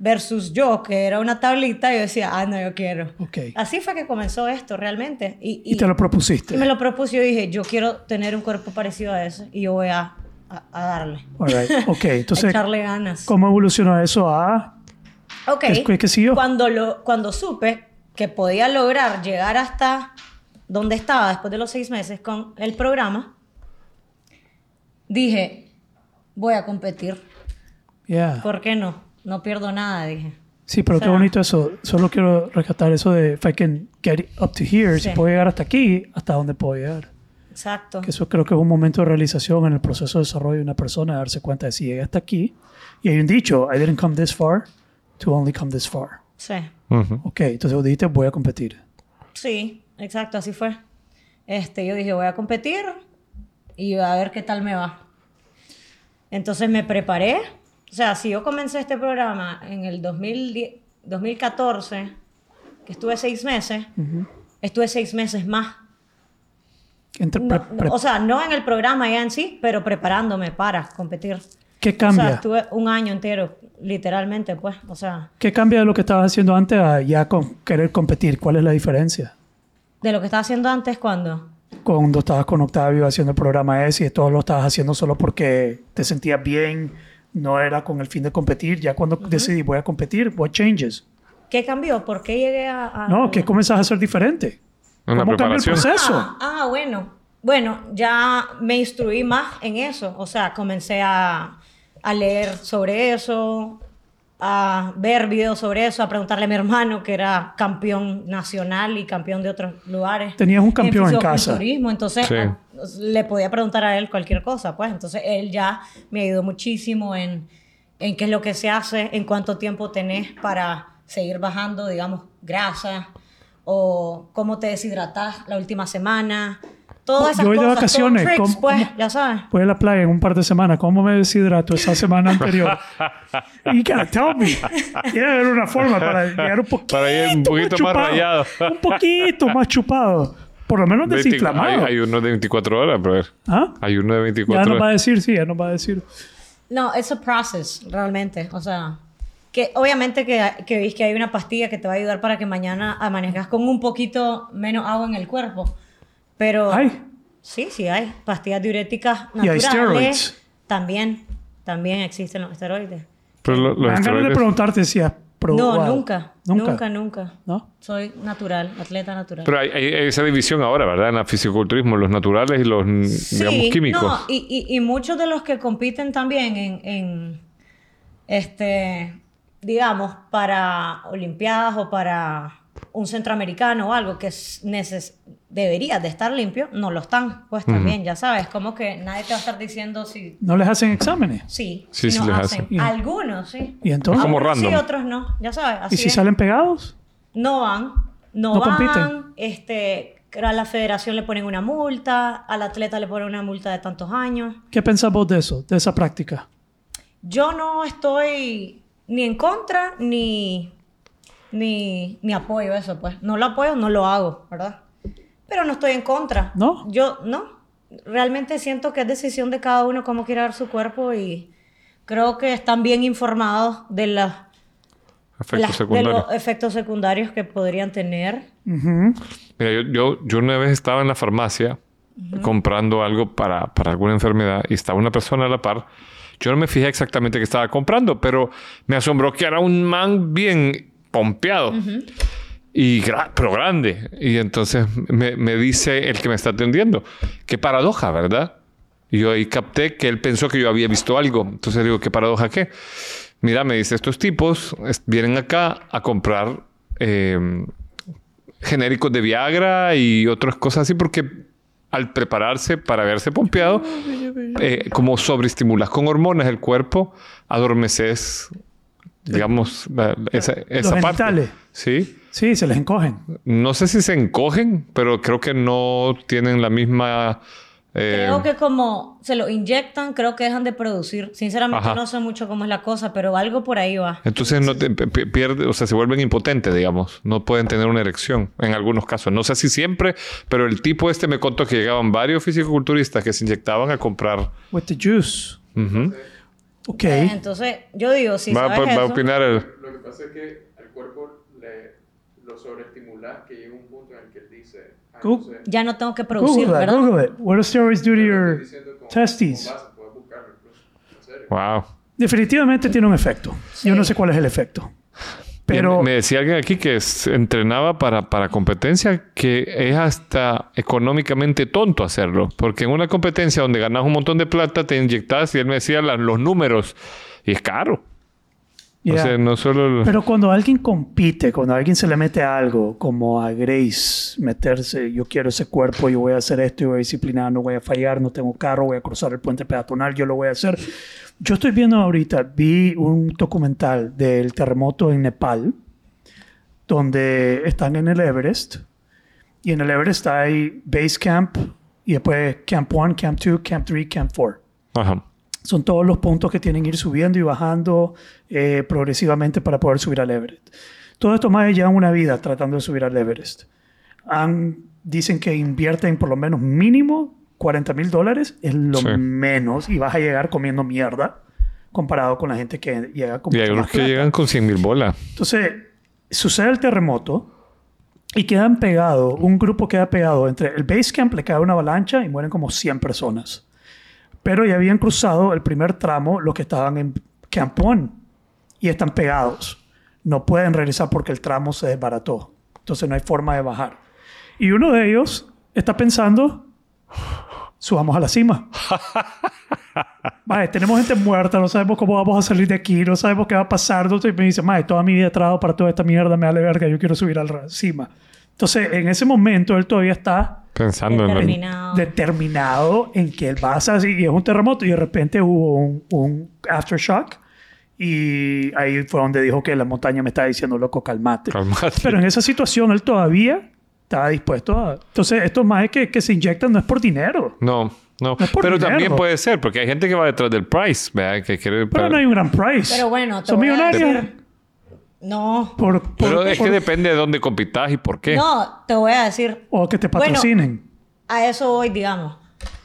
Speaker 1: Versus yo, que era una tablita, yo decía, ah, no, yo quiero.
Speaker 2: Ok.
Speaker 1: Así fue que comenzó esto realmente. Y,
Speaker 2: Y te lo propusiste.
Speaker 1: y me lo propuse, yo dije, yo quiero tener un cuerpo parecido a ese y yo voy a, a- a darle.
Speaker 2: All right. Ok,
Speaker 1: a
Speaker 2: entonces,
Speaker 1: echarle ganas.
Speaker 2: ¿cómo evolucionó eso a...?
Speaker 1: Ok.
Speaker 2: ¿Qué- qué- qué siguió?
Speaker 1: Cuando, lo, cuando supe que podía lograr llegar hasta donde estaba después de los seis meses con el programa, dije, voy a competir.
Speaker 2: Yeah.
Speaker 1: ¿Por qué no? No pierdo nada, dije.
Speaker 2: Sí, pero
Speaker 1: O
Speaker 2: qué
Speaker 1: sea-
Speaker 2: bonito eso. Solo quiero rescatar eso de if I can get up to here, si
Speaker 1: Sí.
Speaker 2: puedo llegar hasta aquí, hasta dónde puedo llegar.
Speaker 1: Exacto.
Speaker 2: Que eso creo que es un momento de realización en el proceso de desarrollo de una persona, darse cuenta de si llegué hasta aquí. Y hay un dicho, I didn't come this far to only come this far.
Speaker 1: Sí.
Speaker 3: Ujú.
Speaker 2: Ok, entonces vos dijiste, voy a competir.
Speaker 1: Sí, exacto, así fue. Este, yo dije, voy a competir y a ver qué tal me va. Entonces me preparé. O sea, si yo comencé este programa en el 2010 2014, que estuve seis meses, estuve seis meses más.
Speaker 2: Entre-
Speaker 1: No,
Speaker 2: pre-
Speaker 1: no,
Speaker 2: pre-
Speaker 1: o sea, no en el programa ya en sí, pero preparándome para competir.
Speaker 2: ¿Qué
Speaker 1: O sea,
Speaker 2: cambia?
Speaker 1: estuve un año entero, literalmente, pues. O sea,
Speaker 2: ¿Qué cambia de lo que estabas haciendo antes a ya con querer competir? ¿Cuál es la diferencia?
Speaker 1: De lo que estaba haciendo antes, cuando.
Speaker 2: cuando estabas con Octavio haciendo el programa ese y todo lo estabas haciendo solo porque te sentías bien, no era con el fin de competir. Ya cuando decidí voy a competir, what changes?
Speaker 1: ¿Qué cambió? ¿Por qué llegué a.? a-
Speaker 2: No, ¿qué comenzás a hacer diferente?
Speaker 3: Una
Speaker 2: ¿Cómo cambia el
Speaker 3: preparación.
Speaker 2: proceso?
Speaker 1: Ah, ah, bueno. Bueno, ya me instruí más en eso. O sea, comencé a, a leer sobre eso, a ver videos sobre eso, a preguntarle a mi hermano, que era campeón nacional y campeón de otros lugares.
Speaker 2: Tenías un campeón en casa.
Speaker 1: fisioculturismo, Entonces,
Speaker 3: Sí.
Speaker 1: ah, le podía preguntar a él cualquier cosa. Pues entonces, él ya me ayudó muchísimo en, en qué es lo que se hace, en cuánto tiempo tenés para seguir bajando, digamos, grasa o cómo te deshidratas la última semana. Todas esas
Speaker 2: Yo voy de
Speaker 1: cosas,
Speaker 2: vacaciones,
Speaker 1: todo tricks,
Speaker 2: ¿cómo-
Speaker 1: pues,
Speaker 2: cómo-
Speaker 1: ya sabes.
Speaker 2: Voy a la playa en un par de semanas. ¿Cómo me deshidrato esa semana anterior? You gotta tell me. Tiene que haber una forma para llegar un poquito,
Speaker 3: Para ir un poquito más
Speaker 2: chupado,
Speaker 3: rayado.
Speaker 2: Un poquito más chupado. Por lo menos
Speaker 3: 20
Speaker 2: desinflamado.
Speaker 3: Hay, hay uno de 24 horas, brother.
Speaker 2: ¿Ah?
Speaker 3: Hay uno de
Speaker 2: Ya
Speaker 3: 24
Speaker 2: nos va a
Speaker 3: horas.
Speaker 2: decir, sí, ya nos va a decir.
Speaker 1: No, es un process, realmente. O sea, que obviamente que, que veis que hay una pastilla que te va a ayudar para que mañana amanezcas con un poquito menos agua en el cuerpo. Pero.
Speaker 2: Ay.
Speaker 1: Sí, sí, hay. Pastillas diuréticas
Speaker 2: Y hay
Speaker 1: naturales.
Speaker 2: steroids.
Speaker 1: También. También existen los esteroides.
Speaker 3: Pero lo- los
Speaker 2: Me dan ganas de
Speaker 3: esteroides-
Speaker 2: preguntarte si has
Speaker 1: No,
Speaker 2: probado.
Speaker 1: nunca, nunca. Nunca, nunca.
Speaker 2: ¿No?
Speaker 1: Soy natural, atleta natural.
Speaker 3: Pero hay, hay- hay esa división ahora, ¿verdad? En el fisiculturismo, los naturales y los, mm,
Speaker 1: Sí,
Speaker 3: digamos, químicos.
Speaker 1: No, y, y- y muchos de los que compiten también en, en, este, digamos, para Olimpiadas o para un centroamericano o algo que es neces- debería de estar limpio, no lo están, pues también, ya sabes, como que nadie te va a estar diciendo si
Speaker 2: No les hacen exámenes.
Speaker 1: sí,
Speaker 3: Sí, sí
Speaker 1: si no
Speaker 3: les
Speaker 1: hacen.
Speaker 3: hacen.
Speaker 1: Algunos, sí.
Speaker 2: Y entonces.
Speaker 3: Es como
Speaker 1: Algunos sí,
Speaker 3: random.
Speaker 1: otros no, ya sabes. Así
Speaker 2: ¿Y si
Speaker 1: es.
Speaker 2: salen pegados?
Speaker 1: No van, no,
Speaker 2: No
Speaker 1: van.
Speaker 2: compiten.
Speaker 1: Este, a la federación le ponen una multa, al atleta le ponen una multa de tantos años.
Speaker 2: ¿Qué pensás vos de eso, de esa práctica?
Speaker 1: Yo no estoy ni en contra ni, ni, ni apoyo eso, pues. No lo apoyo, no lo hago, ¿verdad? Pero no estoy en contra.
Speaker 2: ¿No?
Speaker 1: Yo no. Realmente siento que es decisión de cada uno cómo quiere dar su cuerpo y creo que están bien informados de las
Speaker 3: Efectos
Speaker 1: las- de
Speaker 3: secundarios.
Speaker 1: los efectos secundarios que podrían tener.
Speaker 2: Ujú.
Speaker 3: Mira, yo, yo, yo una vez estaba en la farmacia comprando algo para, para alguna enfermedad y estaba una persona a la par. Yo no me fijé exactamente qué estaba comprando, pero me asombró que era un man bien pompeado. Y gra- pero grande. Y entonces me, me dice el que me está atendiendo. Qué paradoja, ¿verdad? Y yo ahí capté que él pensó que yo había visto algo. Entonces digo, ¿qué paradoja qué? Mira, me dice, estos tipos es- vienen acá a comprar eh, genéricos de Viagra y otras cosas así porque al prepararse para verse pompeado, eh, como sobreestimulas con hormonas el cuerpo, adormeces, digamos, la- esa, esa parte.
Speaker 2: genitales.
Speaker 3: Sí.
Speaker 2: Sí, se les encogen.
Speaker 3: No sé si se encogen, pero creo que no tienen la misma. eh,
Speaker 1: Creo que como se lo inyectan, creo que dejan de producir. Sinceramente
Speaker 3: Ajá.
Speaker 1: no sé mucho cómo es la cosa, pero algo por ahí va.
Speaker 3: Entonces no te- pi- pierde, o sea, se vuelven impotentes, digamos. No pueden tener una erección en algunos casos. No sé si siempre, pero el tipo este me contó que llegaban varios fisicoculturistas que se inyectaban a comprar.
Speaker 2: With the juice.
Speaker 3: Ujú.
Speaker 2: Ok.
Speaker 1: Eh, Entonces, yo digo, si
Speaker 3: va, pues,
Speaker 1: sabes
Speaker 3: va- va a
Speaker 1: eso-
Speaker 3: opinar el.
Speaker 4: Lo que pasa es que al cuerpo le, lo sobreestimula que llega un punto en el que él dice, ah, no
Speaker 2: Cool.
Speaker 4: sé,
Speaker 1: ya no tengo que producir,
Speaker 2: Google it,
Speaker 1: ¿verdad?
Speaker 2: Google it. What do steroids do to your testes?
Speaker 4: vas, puedes buscarlo incluso. En serio.
Speaker 3: Wow.
Speaker 2: Definitivamente tiene un efecto. Yo no sé cuál es el efecto. Pero
Speaker 3: Bien, me decía alguien aquí que se entrenaba para, para competencia que es hasta económicamente tonto hacerlo. Porque en una competencia donde ganas un montón de plata, te inyectas y él me decía la- los números. Y es caro. O
Speaker 2: Yeah.
Speaker 3: sea, no solo...
Speaker 2: Pero cuando alguien compite, cuando alguien se le mete algo, como a Grace, meterse, yo quiero ese cuerpo, yo voy a hacer esto, yo voy a disciplinar, no voy a fallar, no tengo carro, voy a cruzar el puente peatonal, yo lo voy a hacer. Yo estoy viendo ahorita, vi un documental del terremoto en Nepal, donde están en el Everest, y en el Everest hay Base Camp, y después Camp 1, Camp 2, Camp 3, Camp 4
Speaker 3: Ajá.
Speaker 2: son todos los puntos que tienen que ir subiendo y bajando eh, progresivamente para poder subir al Everest. Todos estos más llevan una vida tratando de subir al Everest. Han- dicen que invierten por lo menos mínimo 40 mil dólares, es lo
Speaker 3: Sí.
Speaker 2: menos, y vas a llegar comiendo mierda comparado con la gente que llega con
Speaker 3: Y hay
Speaker 2: mucho
Speaker 3: unos
Speaker 2: más
Speaker 3: que
Speaker 2: plata.
Speaker 3: llegan con 100 mil bolas.
Speaker 2: Entonces, sucede el terremoto, Y quedan pegados, un grupo queda pegado entre el base camp, le cae una avalancha y mueren como 100 personas. Pero ya habían cruzado el primer tramo los que estaban en Camp One y están pegados. No pueden regresar porque el tramo se desbarató. Entonces no hay forma de bajar. Y uno de ellos está pensando, subamos a la cima. Mae, tenemos gente muerta, no sabemos cómo vamos a salir de aquí, no sabemos qué va a pasar. Entonces me dice, mae, toda mi vida he trabajado para toda esta mierda, me vale verga, yo quiero subir a la cima. Entonces, en ese momento, él todavía está
Speaker 3: Pensando en lo...
Speaker 1: Determinado.
Speaker 2: determinado en que él va a salir. Y es un terremoto y de repente hubo un, un aftershock. Y ahí fue donde dijo que la montaña me estaba diciendo, loco, calmate.
Speaker 3: Calmate.
Speaker 2: Pero en esa situación, él todavía estaba dispuesto a... Entonces, estos maes que, que se inyectan no es por dinero.
Speaker 3: No, no.
Speaker 2: No es por
Speaker 3: Pero también
Speaker 2: dinero.
Speaker 3: puede ser, porque hay gente que va detrás del price, ¿verdad? Que quiere...
Speaker 2: Pero no hay un gran price.
Speaker 1: Pero bueno, te
Speaker 2: Son
Speaker 1: voy a
Speaker 2: millonarios.
Speaker 1: decir- No,
Speaker 2: Por, por-
Speaker 3: Pero es que
Speaker 2: por-
Speaker 3: depende de dónde compitas y por qué.
Speaker 1: no, te voy a decir,
Speaker 2: O que te
Speaker 1: Bueno.
Speaker 2: patrocinen.
Speaker 1: a eso voy, digamos.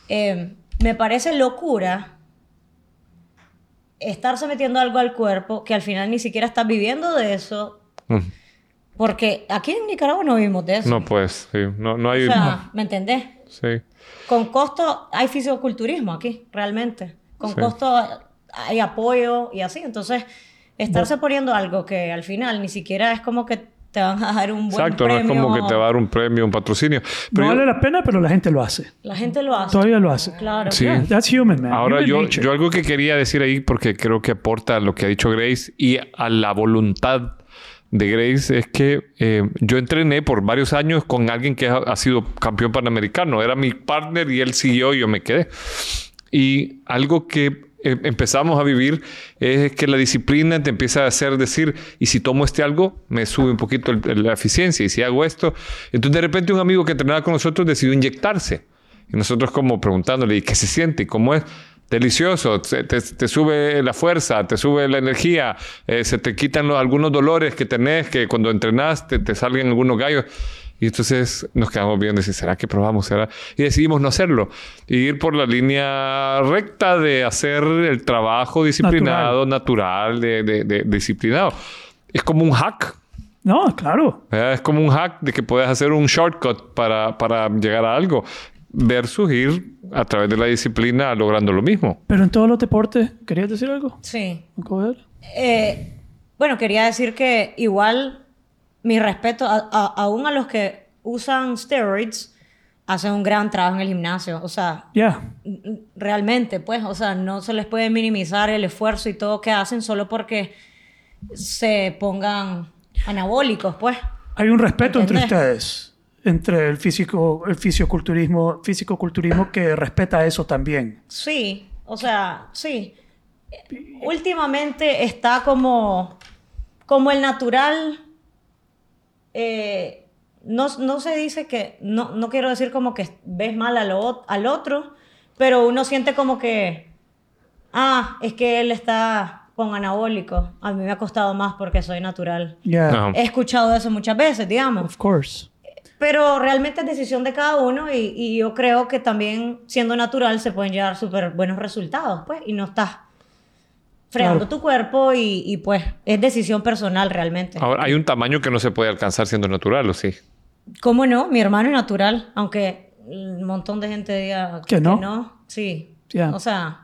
Speaker 1: Eh, me parece locura estarse metiendo algo al cuerpo que al final ni siquiera estás viviendo de eso,
Speaker 3: Mm.
Speaker 1: porque aquí en Nicaragua no vivimos de eso.
Speaker 3: No, pues, sí. No, no hay...
Speaker 1: O sea, ¿me entendés?
Speaker 3: sí.
Speaker 1: Con costo hay fisioculturismo aquí, realmente. Con
Speaker 3: Sí.
Speaker 1: costo hay apoyo y así. Entonces, estarse poniendo algo que al final ni siquiera es como que te van a dar un buen
Speaker 3: Exacto, no es
Speaker 1: premio.
Speaker 3: como que te va a dar un premio, un patrocinio. Pero
Speaker 2: No
Speaker 3: yo-
Speaker 2: vale la pena, pero la gente lo hace.
Speaker 1: La gente lo hace.
Speaker 2: Todavía lo hace.
Speaker 1: Claro.
Speaker 3: Sí.
Speaker 2: Yeah, that's human, man.
Speaker 3: Ahora
Speaker 2: Human
Speaker 3: yo,
Speaker 2: nature.
Speaker 3: yo algo que quería decir ahí, porque creo que aporta a lo que ha dicho Grace y a la voluntad de Grace, es que eh, yo entrené por varios años con alguien que ha, ha sido campeón panamericano. Era mi partner y él siguió y yo me quedé. Y algo que eh, empezamos a vivir es que la disciplina te empieza a hacer decir, y si tomo este algo, me sube un poquito el- el- la eficiencia, y si hago esto. Entonces de repente un amigo que entrenaba con nosotros decidió inyectarse. Y nosotros como preguntándole, ¿y qué se siente? ¿Y cómo es? Delicioso, te, te- te sube la fuerza, te sube la energía, eh, se te quitan los- algunos dolores que tenés, que cuando entrenás te, te salgan algunos gallos. Y entonces nos quedamos viendo y decir, ¿será que probamos? ¿Será? Y decidimos no hacerlo. Y ir por la línea recta de hacer el trabajo disciplinado, natural, de- de- de- disciplinado. Es como un hack.
Speaker 2: No, claro.
Speaker 3: ¿verdad? Es como un hack de que puedes hacer un shortcut para, para llegar a algo. Versus ir a través de la disciplina logrando lo mismo.
Speaker 2: Pero en todos los deportes, ¿querías decir algo?
Speaker 1: Sí.
Speaker 2: ¿Cómo era?
Speaker 1: Eh, bueno, quería decir que igual mi respeto, a- a- aún a los que usan steroids, hacen un gran trabajo en el gimnasio. O sea,
Speaker 2: Yeah.
Speaker 1: realmente, pues, o sea, no se les puede minimizar el esfuerzo y todo que hacen solo porque se pongan anabólicos, pues.
Speaker 2: Hay un respeto entre ustedes.
Speaker 1: ¿Entendés?
Speaker 2: Entre el físico, el fisioculturismo, físico-culturismo que respeta eso también.
Speaker 1: Sí, o sea, sí. Eh, Últimamente está como, como el natural. eh, no, no se dice que, no, no quiero decir como que ves mal al, o- al otro, pero uno siente como que, ah, es que él está con anabólico. A mí me ha costado más porque soy natural.
Speaker 2: Yeah.
Speaker 3: Ajá.
Speaker 1: He escuchado eso muchas veces, digamos.
Speaker 2: Of course.
Speaker 1: Pero realmente es decisión de cada uno y, y yo creo que también siendo natural se pueden llegar súper buenos resultados, pues, y no estás fregando
Speaker 2: Claro.
Speaker 1: tu cuerpo y, y, pues es decisión personal realmente.
Speaker 2: Ah.
Speaker 3: Ahora, hay un tamaño que no se puede alcanzar siendo natural, ¿o sí?
Speaker 1: ¿Cómo no? Mi hermano es natural, aunque un montón de gente diga
Speaker 2: Que no.
Speaker 1: sí.
Speaker 2: Ya.
Speaker 1: O sea,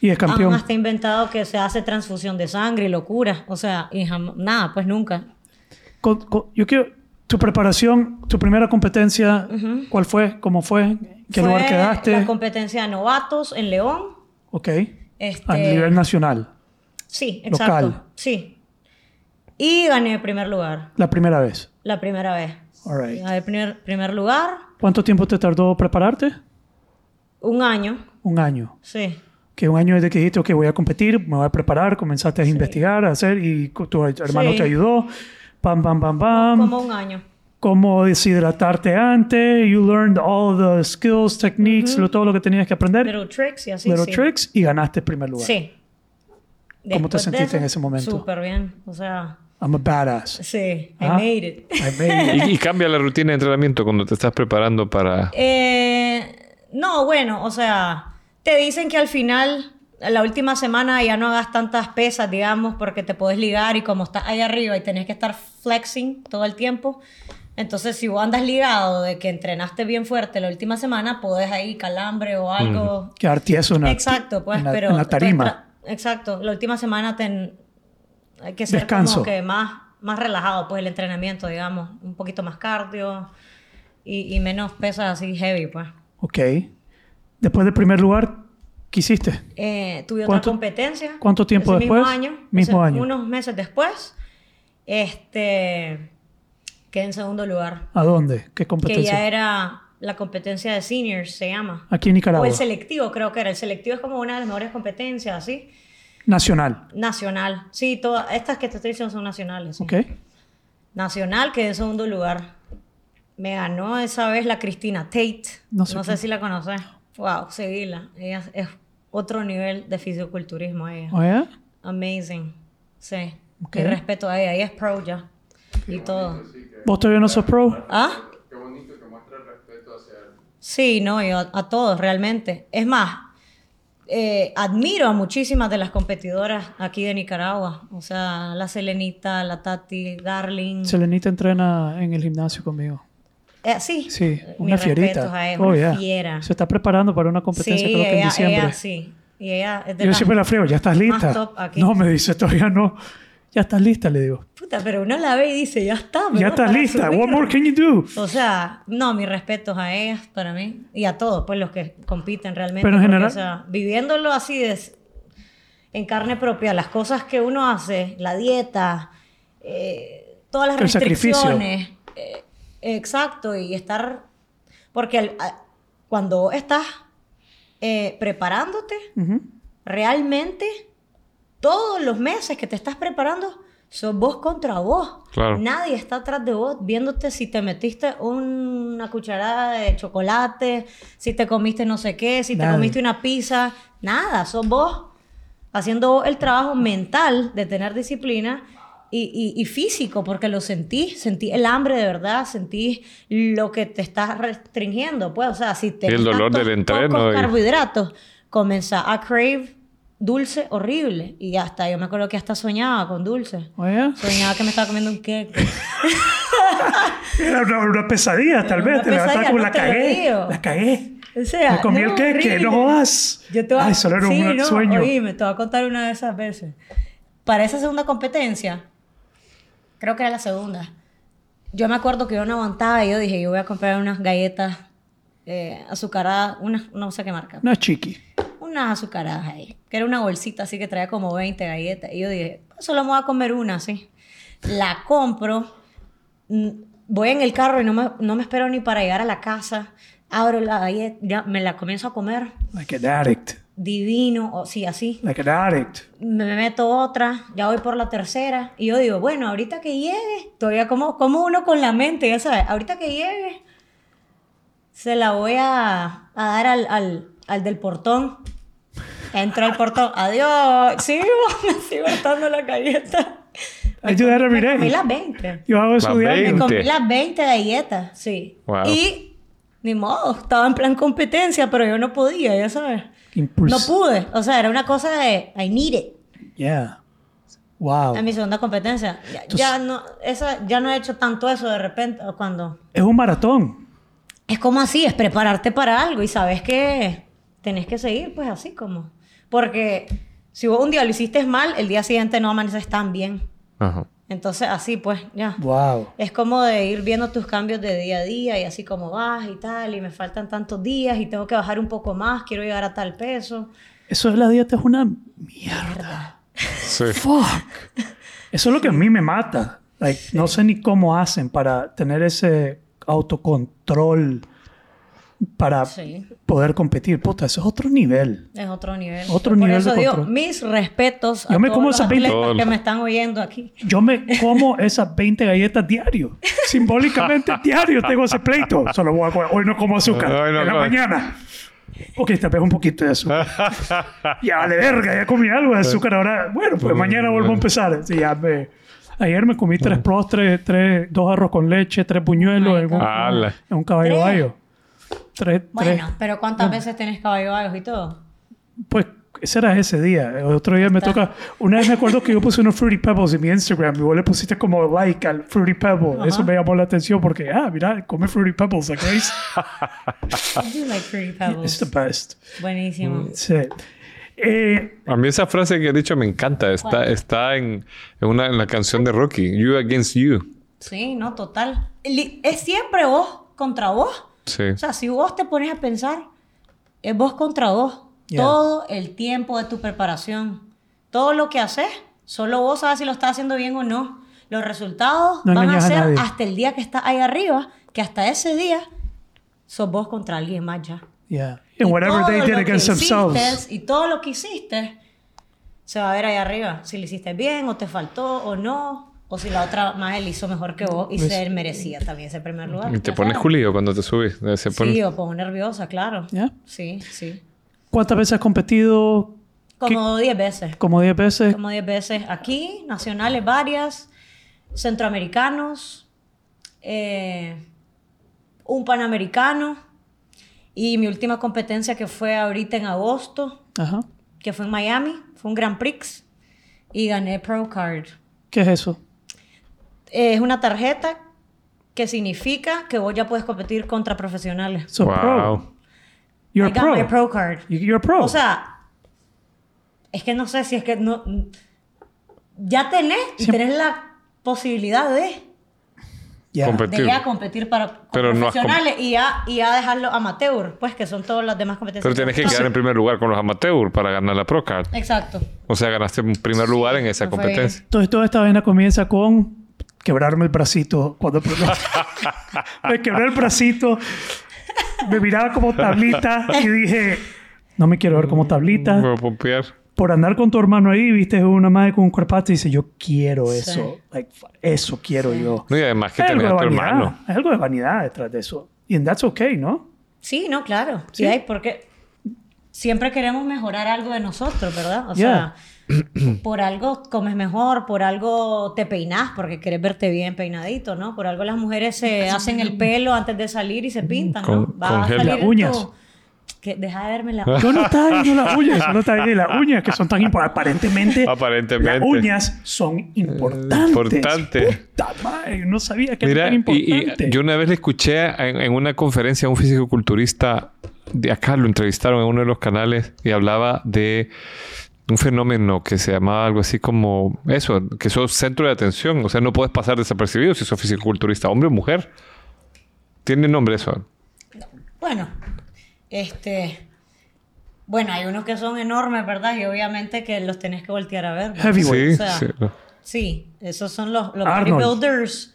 Speaker 2: Y es campeón.
Speaker 1: jamás te ha inventado que se hace transfusión de sangre y locura, o sea, y jam- nada, pues nunca.
Speaker 2: Con- con- yo quiero... Tu preparación, tu primera competencia, ¿cuál fue? ¿Cómo fue? ¿En ¿Qué
Speaker 1: Fue
Speaker 2: lugar quedaste?
Speaker 1: La competencia de novatos en León.
Speaker 2: Ok.
Speaker 1: Este,
Speaker 2: A nivel nacional.
Speaker 1: Sí,
Speaker 2: Local.
Speaker 1: exacto. Sí. Y gané el primer lugar,
Speaker 2: La primera vez.
Speaker 1: la primera vez.
Speaker 2: All right.
Speaker 1: Gané el primer, primer lugar,
Speaker 2: ¿Cuánto tiempo te tardó prepararte?
Speaker 1: un año,
Speaker 2: Un año.
Speaker 1: sí.
Speaker 2: Que un año desde que dijiste, ok, voy a competir, me voy a preparar, comenzaste a investigar, a hacer, y cu- tu hermano
Speaker 1: Sí.
Speaker 2: te ayudó. Pam, pam, pam, pam.
Speaker 1: Como un año.
Speaker 2: Cómo deshidratarte antes. You learned all the skills, techniques, lo- todo lo que tenías que aprender.
Speaker 1: Little tricks y así.
Speaker 2: little
Speaker 1: sí.
Speaker 2: tricks y ganaste el primer lugar.
Speaker 1: Sí.
Speaker 2: ¿Cómo te
Speaker 1: Después de
Speaker 2: sentiste
Speaker 1: eso,
Speaker 2: en ese momento?
Speaker 1: Súper bien. O sea,
Speaker 2: I'm a badass.
Speaker 1: sí, I
Speaker 2: Ah.
Speaker 1: made it.
Speaker 2: I made it.
Speaker 3: Y, y cambia la rutina de entrenamiento cuando te estás preparando para...
Speaker 1: Eh, no, bueno, o sea, te dicen que al final, la última semana ya no hagas tantas pesas, digamos, porque te podés ligar y como estás ahí arriba y tenés que estar flexing todo el tiempo, Entonces, si vos andas ligado de que entrenaste bien fuerte la última semana, podés ahí calambre o algo.
Speaker 2: Quedar tieso en la,
Speaker 1: Exacto, pues,
Speaker 2: en la-
Speaker 1: pero.
Speaker 2: en la tarima.
Speaker 1: tra- Exacto, la última semana ten- hay que ser
Speaker 2: Descanso.
Speaker 1: como que más, más relajado, pues, el entrenamiento, digamos. Un poquito más cardio y, y menos pesas así heavy, pues.
Speaker 2: Ok. Después del primer lugar, ¿qué hiciste?
Speaker 1: Eh, tuve otra
Speaker 2: ¿Cuánto-
Speaker 1: competencia.
Speaker 2: cuánto tiempo
Speaker 1: ese
Speaker 2: después?
Speaker 1: Mismo año.
Speaker 2: Mismo
Speaker 1: ese-
Speaker 2: año.
Speaker 1: Unos meses después. Este. Quedé en segundo lugar.
Speaker 2: ¿A dónde? ¿Qué
Speaker 1: Que ya
Speaker 2: competencia? Ah,
Speaker 1: era la competencia de seniors, se llama.
Speaker 2: Aquí en
Speaker 1: O
Speaker 2: Nicaragua.
Speaker 1: Pues el selectivo, creo que era. El selectivo es como una de las mejores competencias, ¿sí?
Speaker 2: Nacional.
Speaker 1: Nacional. Sí, todas estas que te estoy diciendo son nacionales. sí.
Speaker 2: Ok.
Speaker 1: Nacional quedé en segundo lugar. Me ganó esa vez la Cristina Tate.
Speaker 2: No
Speaker 1: No
Speaker 2: sé
Speaker 1: sé,
Speaker 2: quién.
Speaker 1: si la conoces. Wow, seguila. Ella es- es otro nivel de fisioculturismo ella.
Speaker 2: ¿Oh, yeah?
Speaker 1: Amazing. Sí.
Speaker 2: Ok.
Speaker 1: Y respeto a ella. Ella es pro ya. Y todo.
Speaker 2: ¿Vos todavía no sos pro?
Speaker 1: ¿Ah?
Speaker 4: Qué bonito que muestra el respeto hacia el
Speaker 1: Sí, no, yo a, a todos realmente. Es más, eh, admiro a muchísimas de las competidoras aquí de Nicaragua. O sea, la Selenita, la Tati, Darling.
Speaker 2: Selenita entrena en el gimnasio conmigo.
Speaker 1: Eh, sí,
Speaker 2: Sí,
Speaker 1: Eh,
Speaker 2: una
Speaker 1: mis respetos
Speaker 2: fierita.
Speaker 1: a ella,
Speaker 2: Oh,
Speaker 1: una
Speaker 2: yeah.
Speaker 1: fiera.
Speaker 2: Se está preparando para una competencia,
Speaker 1: sí,
Speaker 2: creo que en
Speaker 1: ella,
Speaker 2: diciembre.
Speaker 1: ella sí. Y ella es de
Speaker 2: Yo
Speaker 1: las-
Speaker 2: siempre la freo, ¿ya estás lista?
Speaker 1: top aquí.
Speaker 2: No, me dice, todavía no. Ya estás lista, le digo.
Speaker 1: Puta, pero uno la ve y dice, ya está.
Speaker 2: Ya
Speaker 1: ¿verdad?
Speaker 2: estás
Speaker 1: Para
Speaker 2: lista.
Speaker 1: subir.
Speaker 2: What more can you do?
Speaker 1: O sea, no, mis respetos a ellas para mí y a todos, pues los que compiten realmente.
Speaker 2: Pero en
Speaker 1: porque,
Speaker 2: general-
Speaker 1: O sea, viviéndolo así de, en carne propia, las cosas que uno hace, la dieta, eh, todas las
Speaker 2: El sacrificio.
Speaker 1: restricciones. eh, exacto, y estar. Porque al- a- cuando estás eh, preparándote,
Speaker 2: Ujú.
Speaker 1: realmente todos los meses que te estás preparando sos vos contra vos.
Speaker 3: Claro.
Speaker 1: Nadie está atrás de vos viéndote si te metiste una cucharada de chocolate, si te comiste no sé qué, si
Speaker 2: Nadie.
Speaker 1: te comiste una pizza, nada, sos vos haciendo vos el trabajo mental de tener disciplina y, y- y físico, porque lo sentís, sentís el hambre de verdad, sentís lo que te estás restringiendo, pues, o sea, si te
Speaker 3: Y el dolor
Speaker 1: tantos
Speaker 3: del entreno
Speaker 1: pocos
Speaker 3: y-
Speaker 1: carbohidratos, comenzás a crave dulce horrible y hasta yo me acuerdo que hasta soñaba con dulce.
Speaker 2: Oh, yeah.
Speaker 1: Soñaba que me estaba comiendo un cake.
Speaker 2: Era una, una pesadilla, tal
Speaker 1: Una
Speaker 2: vez. Te levantabas
Speaker 1: pesadilla,
Speaker 2: como
Speaker 1: no
Speaker 2: la
Speaker 1: te lo
Speaker 2: cagué.
Speaker 1: digo.
Speaker 2: La cagué.
Speaker 1: O sea,
Speaker 2: me comí el queque,
Speaker 1: horrible.
Speaker 2: no jodas.
Speaker 1: Yo te voy a-
Speaker 2: Ay, solo Ah, era
Speaker 1: sí,
Speaker 2: un
Speaker 1: no,
Speaker 2: sueño.
Speaker 1: Oíme, te voy a contar una de esas veces. Para esa segunda competencia, creo que era la segunda, yo me acuerdo que yo no aguantaba y yo dije, yo voy a comprar unas galletas eh, azucaradas, unas, no sé qué marca,
Speaker 2: No es chiqui.
Speaker 1: unas azucaradas ahí, que era una bolsita así que traía como 20 galletas. Y yo dije, solo me voy a comer una, sí. La compro, mm, voy en el carro y no me, no me espero ni para llegar a la casa, abro la galleta, ya me la comienzo a comer,
Speaker 2: Like an addict.
Speaker 1: divino, o sí, así.
Speaker 2: Like an addict.
Speaker 1: Me me meto otra, ya voy por la tercera. Y yo digo, bueno, ahorita que llegue, todavía como, como uno con la mente, ya sabes, ahorita que llegue, se la voy a, a dar al, al, al del portón. Entro al portón, adiós. Sí, me sigo hartando la galleta.
Speaker 2: I do that every
Speaker 1: Me comí
Speaker 2: day.
Speaker 1: las 20.
Speaker 2: Yo hago eso
Speaker 3: La
Speaker 2: diario.
Speaker 1: Me comí
Speaker 3: 20.
Speaker 1: las 20 galletas, sí.
Speaker 3: Wow.
Speaker 1: Y ni modo, estaba en plan competencia, pero yo no podía, ya sabes. No
Speaker 2: Impulso.
Speaker 1: pude, o sea, era una cosa de I need it.
Speaker 2: Yeah. Wow.
Speaker 1: En mi segunda competencia. Ya, ya no, esa, ya no he hecho tanto eso de repente o cuando.
Speaker 2: Es un maratón.
Speaker 1: Es como así, es prepararte para algo y sabes que tenés que seguir, pues así como. Porque si vos un día lo hiciste mal, el día siguiente no amaneces tan bien.
Speaker 3: Ajá.
Speaker 1: Entonces, así pues, ya.
Speaker 2: Wow.
Speaker 1: Es como de ir viendo tus cambios de día a día y así como vas y tal, y me faltan tantos días y tengo que bajar un poco más, quiero llegar a tal peso.
Speaker 2: Eso de la dieta es una mierda.
Speaker 3: Sí.
Speaker 2: Fuck. Eso es lo que a mí me mata. Like, No sé ni cómo hacen para tener ese autocontrol para
Speaker 1: Sí.
Speaker 2: poder competir. Puta, eso es otro nivel.
Speaker 1: Es otro nivel.
Speaker 2: Otro
Speaker 1: Por
Speaker 2: nivel
Speaker 1: eso
Speaker 2: de
Speaker 1: digo,
Speaker 2: control.
Speaker 1: mis respetos a
Speaker 2: Yo me
Speaker 1: todos
Speaker 2: como
Speaker 1: los
Speaker 2: esas veinte-
Speaker 1: atletas
Speaker 3: Todos.
Speaker 1: que me están oyendo aquí.
Speaker 2: Yo me como esas 20 galletas diario. Simbólicamente diario tengo ese pleito. Solo voy a comer. Hoy no como azúcar.
Speaker 3: Hoy no
Speaker 2: en la
Speaker 3: comes.
Speaker 2: mañana. Ok, tal vez un poquito de azúcar. ya vale verga, ya comí algo de azúcar. Ahora, bueno, pues mañana vuelvo a empezar. Sí, ya me- Ayer me comí tres postres, tres, dos arroz con leche, tres puñuelos en un,
Speaker 3: Ala.
Speaker 2: en un caballo
Speaker 1: Tres.
Speaker 2: bayo. Tres, tres.
Speaker 1: Bueno, pero ¿cuántas veces tenés caballo bajos y todo?
Speaker 2: Pues Ese era ese día. El otro día me toca. Una vez me acuerdo que yo puse unos Fruity Pebbles en mi Instagram y vos le pusiste como like al Fruity Pebble. Eso me llamó la atención porque, ah, mira, come Fruity Pebbles, ¿ok? Ah.
Speaker 1: I do like Fruity
Speaker 2: It's
Speaker 1: Pebbles.
Speaker 2: the best.
Speaker 1: Buenísimo.
Speaker 2: Sí. Eh,
Speaker 3: A mí esa frase que he dicho me encanta. Está, está en, en una, en la canción de Rocky, You Against You.
Speaker 1: Sí, no, total. Li- Es siempre vos contra vos.
Speaker 3: Sí.
Speaker 1: O sea, si vos te pones a pensar, es vos contra vos.
Speaker 2: Yeah.
Speaker 1: Todo el tiempo de tu preparación. Todo lo que haces, solo vos sabes si lo estás haciendo bien o no. Los resultados
Speaker 2: No
Speaker 1: van a
Speaker 2: engañas a
Speaker 1: ser
Speaker 2: nadie.
Speaker 1: hasta el día que estás ahí arriba, que hasta ese día sos vos contra alguien más ya.
Speaker 2: yeah. And whatever
Speaker 1: todo
Speaker 2: they
Speaker 1: lo
Speaker 2: did
Speaker 1: que
Speaker 2: against
Speaker 1: hiciste,
Speaker 2: themselves.
Speaker 1: Y todo lo que hiciste se va a ver ahí arriba. Si lo hiciste bien o te faltó o no. O si la otra más él hizo mejor que vos
Speaker 2: Pues
Speaker 1: y se merecía también ese primer lugar.
Speaker 3: Y te
Speaker 1: Ya
Speaker 3: pones
Speaker 1: sabes.
Speaker 3: Julio cuando te subes. eh, Se pone-
Speaker 1: Sí, o pongo nerviosa, claro.
Speaker 2: Yeah.
Speaker 1: Sí, sí.
Speaker 2: ¿Cuántas veces has competido?
Speaker 1: Como 10 veces.
Speaker 2: Como 10 veces.
Speaker 1: Como 10 veces aquí, nacionales varias, centroamericanos, eh, un panamericano y mi última competencia que fue ahorita en agosto,
Speaker 2: Ajá.
Speaker 1: que fue en Miami, fue un Grand Prix y gané Pro Card.
Speaker 2: ¿Qué es eso?
Speaker 1: Es una tarjeta que significa que vos ya puedes competir contra profesionales.
Speaker 2: So pro.
Speaker 3: Wow.
Speaker 2: You're
Speaker 1: I
Speaker 2: a
Speaker 1: got my
Speaker 2: pro.
Speaker 1: Pro Card.
Speaker 2: You- You're a pro.
Speaker 1: O sea, es que no sé si es que no. Ya tenés y
Speaker 2: Siempre-
Speaker 1: tenés la posibilidad de,
Speaker 2: Yeah.
Speaker 3: Compe-
Speaker 1: de
Speaker 3: Competir.
Speaker 1: ya competir para con
Speaker 3: Pero no has
Speaker 1: profesionales y, ya, y ya dejarlo amateur, pues que son todas las demás competencias.
Speaker 3: Pero tienes que
Speaker 1: Entonces-
Speaker 3: quedar en primer lugar con los amateurs para ganar la Pro Card.
Speaker 1: Exacto.
Speaker 3: O sea, ganaste en primer lugar en esa
Speaker 1: me fue bien.
Speaker 3: competencia.
Speaker 2: Entonces toda esta vaina comienza con quebrarme el bracito. Cuando me quebré el bracito, me miraba como tablita y dije, no me quiero ver como tablita.
Speaker 3: Voy a pompear.
Speaker 2: por andar con tu hermano ahí, viste una madre con un cuerpazo y dice, yo quiero
Speaker 1: Sí.
Speaker 2: eso. Like, f- eso quiero yo.
Speaker 3: No, y además que
Speaker 2: Hay algo
Speaker 3: tenés
Speaker 2: de
Speaker 3: a tu
Speaker 2: vanidad.
Speaker 3: hermano.
Speaker 2: Hay algo de vanidad detrás de eso. Y that's okay, ¿no?
Speaker 1: Sí, no, claro. Sí,
Speaker 2: Sí.
Speaker 1: hay, porque siempre queremos mejorar algo de nosotros, ¿verdad? O
Speaker 2: Yeah.
Speaker 1: sea, por algo comes mejor, por algo te peinas, porque quieres verte bien peinadito, ¿no? Por algo las mujeres se hacen el pelo antes de salir y se pintan, ¿no?
Speaker 3: Con- con gel.
Speaker 2: Las uñas. Ah.
Speaker 1: tu- Que, deja de verme la
Speaker 2: Yo no está ahí, no las uñas, no está ahí las uñas que son tan importantes. Aparentemente,
Speaker 3: Aparentemente.
Speaker 2: las uñas son importantes.
Speaker 3: Importante.
Speaker 2: Puta madre, no sabía que
Speaker 3: Mira,
Speaker 2: era tan
Speaker 3: y, y
Speaker 2: importante.
Speaker 3: yo una vez le escuché en, en una conferencia a un fisicoculturista de acá, lo entrevistaron en uno de los canales y hablaba de un fenómeno que se llamaba algo así como eso, que sos centro de atención, o sea, no puedes pasar desapercibido si sos fisicoculturista, hombre o mujer. Tiene nombre eso.
Speaker 1: Bueno, este... Bueno, hay unos que son enormes, ¿verdad? Y obviamente que los tenés que voltear a ver. ¿no?
Speaker 2: Heavyweight.
Speaker 3: Sí,
Speaker 1: O sea,
Speaker 3: sí.
Speaker 1: Sí, esos son los, los
Speaker 2: Arnold.
Speaker 1: bodybuilders.